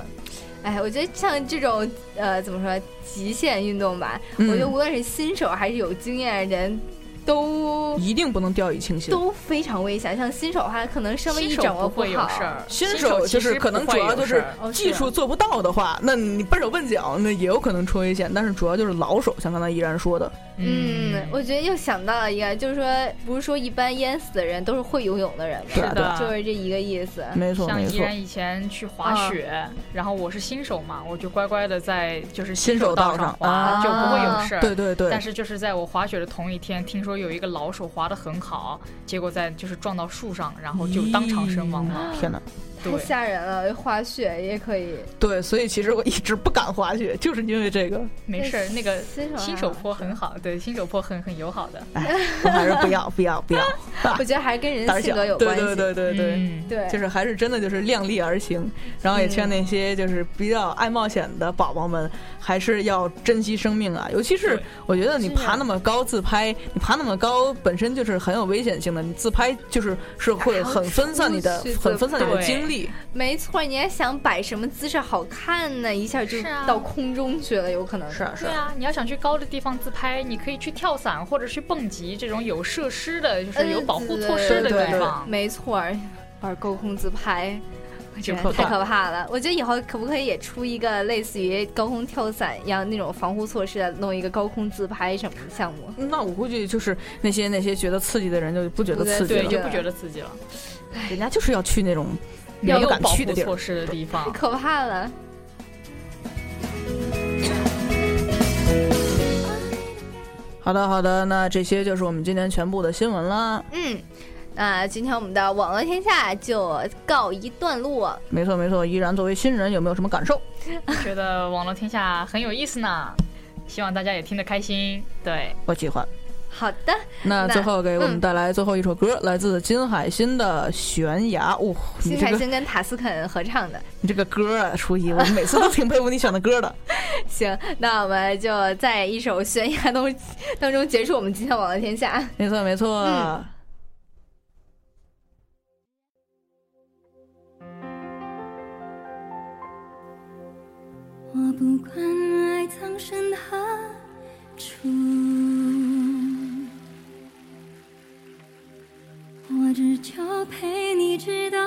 Speaker 3: 哎，我觉得像这种呃，怎么说极限运动吧，
Speaker 2: 嗯
Speaker 3: 我觉得无论是新手还是有经验的人，都
Speaker 2: 一定不能掉以轻心。
Speaker 3: 都非常危险。像新手的话，可能稍微一
Speaker 4: 新手
Speaker 3: 掌握
Speaker 4: 不会有
Speaker 3: 好
Speaker 4: 事儿，
Speaker 2: 新
Speaker 4: 新
Speaker 2: 手
Speaker 4: 手
Speaker 2: 就
Speaker 4: 其
Speaker 2: 是
Speaker 4: 实
Speaker 2: 可
Speaker 4: 不
Speaker 2: 能主
Speaker 4: 会
Speaker 2: 要
Speaker 4: 有
Speaker 2: 就
Speaker 4: 事
Speaker 2: 是
Speaker 4: 儿哦
Speaker 2: 技
Speaker 4: 是
Speaker 2: 术做不到的话，那你笨手笨脚，那也有可能出危险。但是主要就是老手，像刚才依然说的，
Speaker 3: 嗯，我觉得又想到了一个，就是说，不是说一般淹死的人都是会游泳的人嘛，
Speaker 2: 是的嗯
Speaker 3: 就是这一个意思，
Speaker 2: 没错
Speaker 4: 哎像
Speaker 2: 没
Speaker 4: 依
Speaker 2: 错
Speaker 4: 然以前去滑
Speaker 2: 嗯
Speaker 4: 雪，然后我是新手嘛，我就乖乖的在就是
Speaker 2: 新手
Speaker 4: 手
Speaker 2: 道
Speaker 4: 上
Speaker 2: 上
Speaker 4: 滑，
Speaker 2: 啊
Speaker 4: 就不会有事儿。
Speaker 2: 对对对
Speaker 4: 但是就是在我滑雪的同一天，听说有一个老手滑得很好，结果在就是撞到树上，然后就当场身亡了。
Speaker 2: 天哪！
Speaker 4: 对
Speaker 3: 太吓人了。滑雪也可以，
Speaker 2: 对，所以其实我一直不敢滑雪，就是因为这个，
Speaker 4: 没事儿，那个
Speaker 3: 新手啊还
Speaker 4: 呃新手坡很好，对，新手坡很很友好
Speaker 2: 嗯
Speaker 4: 的。
Speaker 2: 我还是不要不要不 要，
Speaker 3: 我觉得还是跟人
Speaker 2: 胆儿
Speaker 3: 性
Speaker 2: 小
Speaker 3: 格有
Speaker 2: 对
Speaker 3: 关系。
Speaker 2: 对对对
Speaker 4: 嗯
Speaker 2: 对
Speaker 3: 对
Speaker 2: 就是还是真的就是量力而行，然后也劝那些就是比较爱冒险的宝宝们，还是要珍惜生命啊！尤其是我觉得你爬那么高自拍，你爬那么高本身就是很有危险性的，你自拍就是是会很分散你的
Speaker 3: 出去，
Speaker 2: 很分散你的
Speaker 3: 对
Speaker 2: 精力。
Speaker 3: 没错，你还想摆什么姿势好看呢？一下就是
Speaker 4: 啊
Speaker 3: 到空中去了，有可能。
Speaker 2: 是啊
Speaker 4: 对啊，你要想去高的地方自拍，你可以去跳伞或者去蹦极这种有设施的，就是
Speaker 2: 嗯
Speaker 4: 有保护措施的地方。
Speaker 3: 没错儿，玩高空自拍。我觉得
Speaker 4: 挺可
Speaker 3: 太
Speaker 4: 怕
Speaker 3: 可怕了！我觉得以后可不可以也出一个类似于高空跳伞一样那种防护措施的，弄一个高空自拍什么项目？
Speaker 2: 那我估计就是那些那些觉得刺激的人就不觉得刺激了，
Speaker 4: 对，就不觉得刺激了。
Speaker 2: 人家就是要去那种没
Speaker 4: 要
Speaker 2: 有
Speaker 4: 有
Speaker 2: 敢
Speaker 4: 保
Speaker 2: 去
Speaker 4: 护
Speaker 2: 的地儿
Speaker 4: 措。施的地
Speaker 3: 太
Speaker 4: 方。
Speaker 3: 可怕了！
Speaker 2: 好的，好的，那这些就是我们今天全部的新闻啦。
Speaker 3: 嗯，那今天我们的网络天下就告一段落。
Speaker 2: 没错，没错，依然作为新人有没有什么感受？
Speaker 4: 觉得网络天下很有意思呢，希望大家也听得开心。对，
Speaker 2: 我喜欢。
Speaker 3: 好的，
Speaker 2: 那最后给我们
Speaker 3: 嗯
Speaker 2: 带来最后一首歌，来自金海心的《悬崖》。哦，你
Speaker 3: 新
Speaker 2: 这
Speaker 3: 海
Speaker 2: 个
Speaker 3: 星跟塔斯肯合唱的。
Speaker 2: 你这个歌啊，初一，我每次都挺佩服你选的歌的。
Speaker 3: 行，那我们就在一首悬崖当当中结束我们今天网络天下。
Speaker 2: 没错，没错。
Speaker 3: 嗯
Speaker 5: 我不管爱藏身何处，我只求陪你直到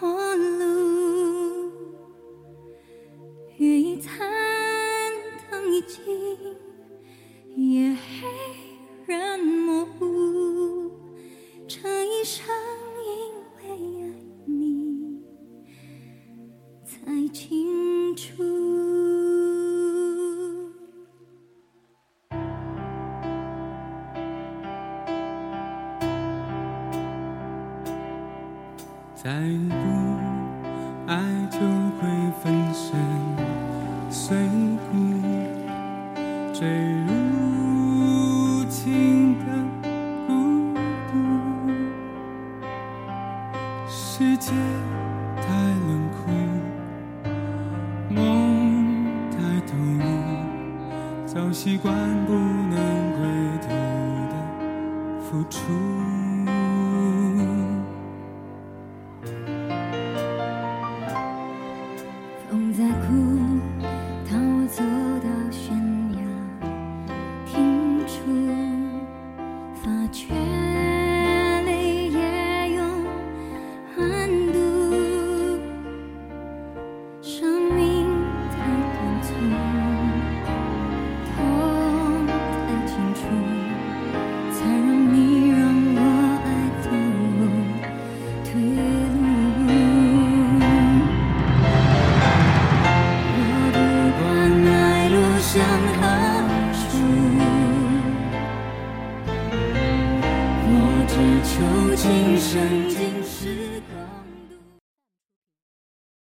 Speaker 5: 末路。雨已残，灯已尽，夜黑人模糊，这一生因为爱你。才清楚。
Speaker 10: 再不爱就会粉身碎骨，坠入无尽的孤独。世界太冷酷，梦太投入，早习惯不能回头的付出。
Speaker 5: 风在哭，当我走到悬崖，停住，发觉泪也有温度。生命太短促，痛太清楚，才让你让我爱走入退路。我不管爱路向何处，我只求今生今世共。